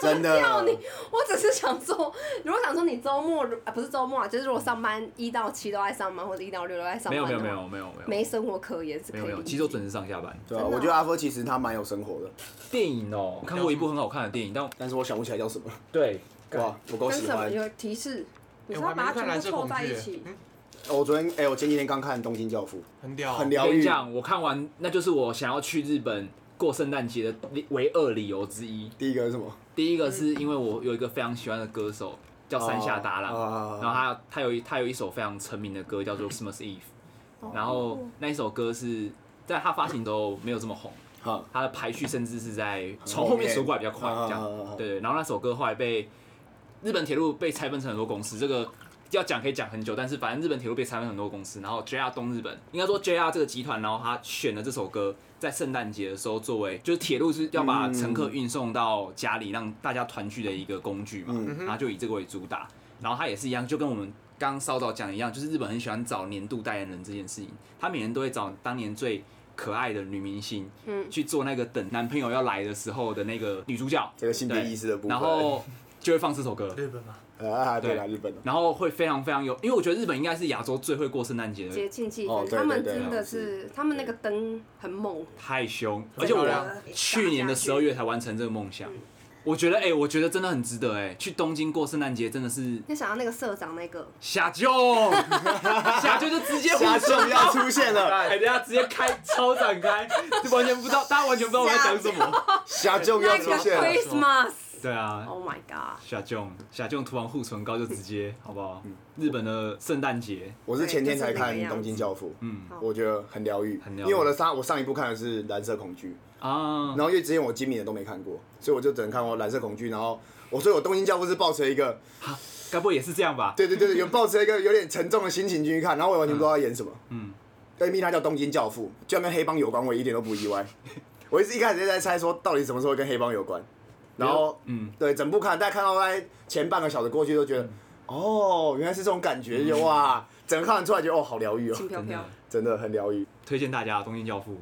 Speaker 3: 真
Speaker 4: 要
Speaker 3: 的啊
Speaker 4: 你，我只是想说，如果想说你周末啊不是周末啊，就是如果上班一到七都在上班，或者一到六都在上班，
Speaker 1: 没有没有没，有没有没有
Speaker 4: 没生活可言是可
Speaker 1: 没有
Speaker 4: 以理
Speaker 1: 没
Speaker 4: 解。
Speaker 1: 有，其实我准时上下班。
Speaker 3: 对啊，
Speaker 4: 真的
Speaker 3: 我觉得阿峰其实他蛮有生活的，
Speaker 1: 电影哦，我看过一部很好看的电影，但我
Speaker 3: 但是我想不起来叫什么。
Speaker 1: 对，
Speaker 3: 哇，我够
Speaker 4: 跟
Speaker 3: 喜
Speaker 4: 什么
Speaker 3: 欢。
Speaker 4: 有提示？你
Speaker 2: 哎
Speaker 4: 是
Speaker 2: 我还
Speaker 4: 要
Speaker 2: 没
Speaker 4: 把
Speaker 2: 看
Speaker 4: 它
Speaker 2: 蓝色
Speaker 4: 全部
Speaker 2: 恐
Speaker 4: 凑
Speaker 2: 惧
Speaker 4: 在一
Speaker 2: 欸
Speaker 4: 起？
Speaker 2: 嗯
Speaker 3: 我昨天，哎，我前几天刚看《东京教父
Speaker 2: 很屌，》，
Speaker 3: 很
Speaker 1: 我
Speaker 3: 疗
Speaker 1: 跟你
Speaker 3: 愈。
Speaker 1: 讲，我看完那就是我想要去日本过圣诞节的唯二理由之一。
Speaker 3: 第一个是什么？
Speaker 1: 第一个是因为我有一个非常喜欢的歌手叫山下达郎，
Speaker 3: 哦
Speaker 1: 然后他他有一他有一首非常成名的歌叫做《Christmas Eve》，然
Speaker 4: 哦
Speaker 1: 后那一首歌是在他发行的时候没有这么红，
Speaker 3: 好，
Speaker 1: 它的排序甚至是在从后面数过来比较快，这
Speaker 3: 啊啊啊啊
Speaker 1: 样。对，然后那首歌后来被日本铁路被拆分成很多公司，这个要讲可以讲很久，但是反正日本铁路被拆分很多公司，然后 JR 东日本应该说 JR 这个集团，然后他选了这首歌在圣诞节的时候作为就是铁路是要把乘客运送到家里让大家团聚的一个工具嘛，
Speaker 3: 嗯
Speaker 4: 嗯
Speaker 1: 然后就以这个为主打，然后它也是一样，就跟我们。刚刚稍早讲的一样，就是日本很喜欢找年度代言人这件事情，他每年都会找当年最可爱的女明星，
Speaker 4: 嗯
Speaker 1: 去做那个等男朋友要来的时候的那个女主角，
Speaker 3: 这个性别
Speaker 1: 对
Speaker 3: 意识的部分。
Speaker 1: 然后就会放这首歌，
Speaker 2: 日本嘛，
Speaker 3: 啊，对
Speaker 1: 对
Speaker 3: 啦，日本的。
Speaker 1: 然后会非常非常有，因为我觉得日本应该是亚洲最会过圣诞节的，
Speaker 4: 节庆气
Speaker 3: 哦
Speaker 4: 氛，
Speaker 3: 对
Speaker 4: 他们
Speaker 3: 对对
Speaker 4: 真的
Speaker 3: 对
Speaker 4: 是，他们那个灯很猛，
Speaker 1: 太凶，而
Speaker 2: 很
Speaker 1: 且
Speaker 2: 漂
Speaker 1: 我
Speaker 2: 亮
Speaker 1: 去年的十二月才完成这个梦想，我觉得哎、我觉得真的很值得哎、去东京过圣诞节真的是
Speaker 4: 你想到那个社长那个，
Speaker 1: 下就 [laughs] 下就就直接
Speaker 3: 下
Speaker 1: 滑
Speaker 3: 次
Speaker 1: 顺
Speaker 3: 要出
Speaker 1: [laughs]
Speaker 3: 现了，
Speaker 1: 哎，等一下直接开超展开，就完全不知道，大家完全不知道我在讲什么。
Speaker 3: 下就要
Speaker 4: 那
Speaker 3: 出
Speaker 4: 个
Speaker 1: 啊
Speaker 3: 现了。
Speaker 4: Christmas，Oh
Speaker 1: 对啊，
Speaker 4: my God，
Speaker 1: 夏仲，夏仲涂完护唇膏就直接，好不好？日本的圣诞节，
Speaker 3: 我是前天才看
Speaker 4: 对就是那个样
Speaker 3: 《
Speaker 4: 子
Speaker 3: 东京教父》，
Speaker 1: 嗯
Speaker 4: 好
Speaker 3: 我觉得很疗愈，
Speaker 1: 很
Speaker 3: 因
Speaker 1: 疗愈
Speaker 3: 为我的上我上一部看的是《蓝色恐惧》，
Speaker 1: 啊
Speaker 3: 然，后因为之前我今年都没看过，所以我就只能看过《蓝色恐惧》，然后我所以我《东京教父》是抱持一个，
Speaker 1: 该不会也是这样吧？
Speaker 3: 对对对，有抱持一个有点沉重的心情去看，然后我完全不知道他演什么。
Speaker 1: 嗯，
Speaker 3: 对，命他叫《东京教父》，居然跟黑帮有关，我一点都不意外。我一直一开始就在猜说，到底什么时候会跟黑帮有关，然后
Speaker 1: 嗯，
Speaker 3: 对，整部看，大家看到大概前半个小时过去都觉得，哦，原来是这种感觉，就哇，整个看完出来觉得哦，好疗愈哦，
Speaker 4: 轻飘
Speaker 1: 真
Speaker 4: 飘
Speaker 1: 的。
Speaker 3: 真的很疗愈。
Speaker 1: 推荐大家《东京教父》，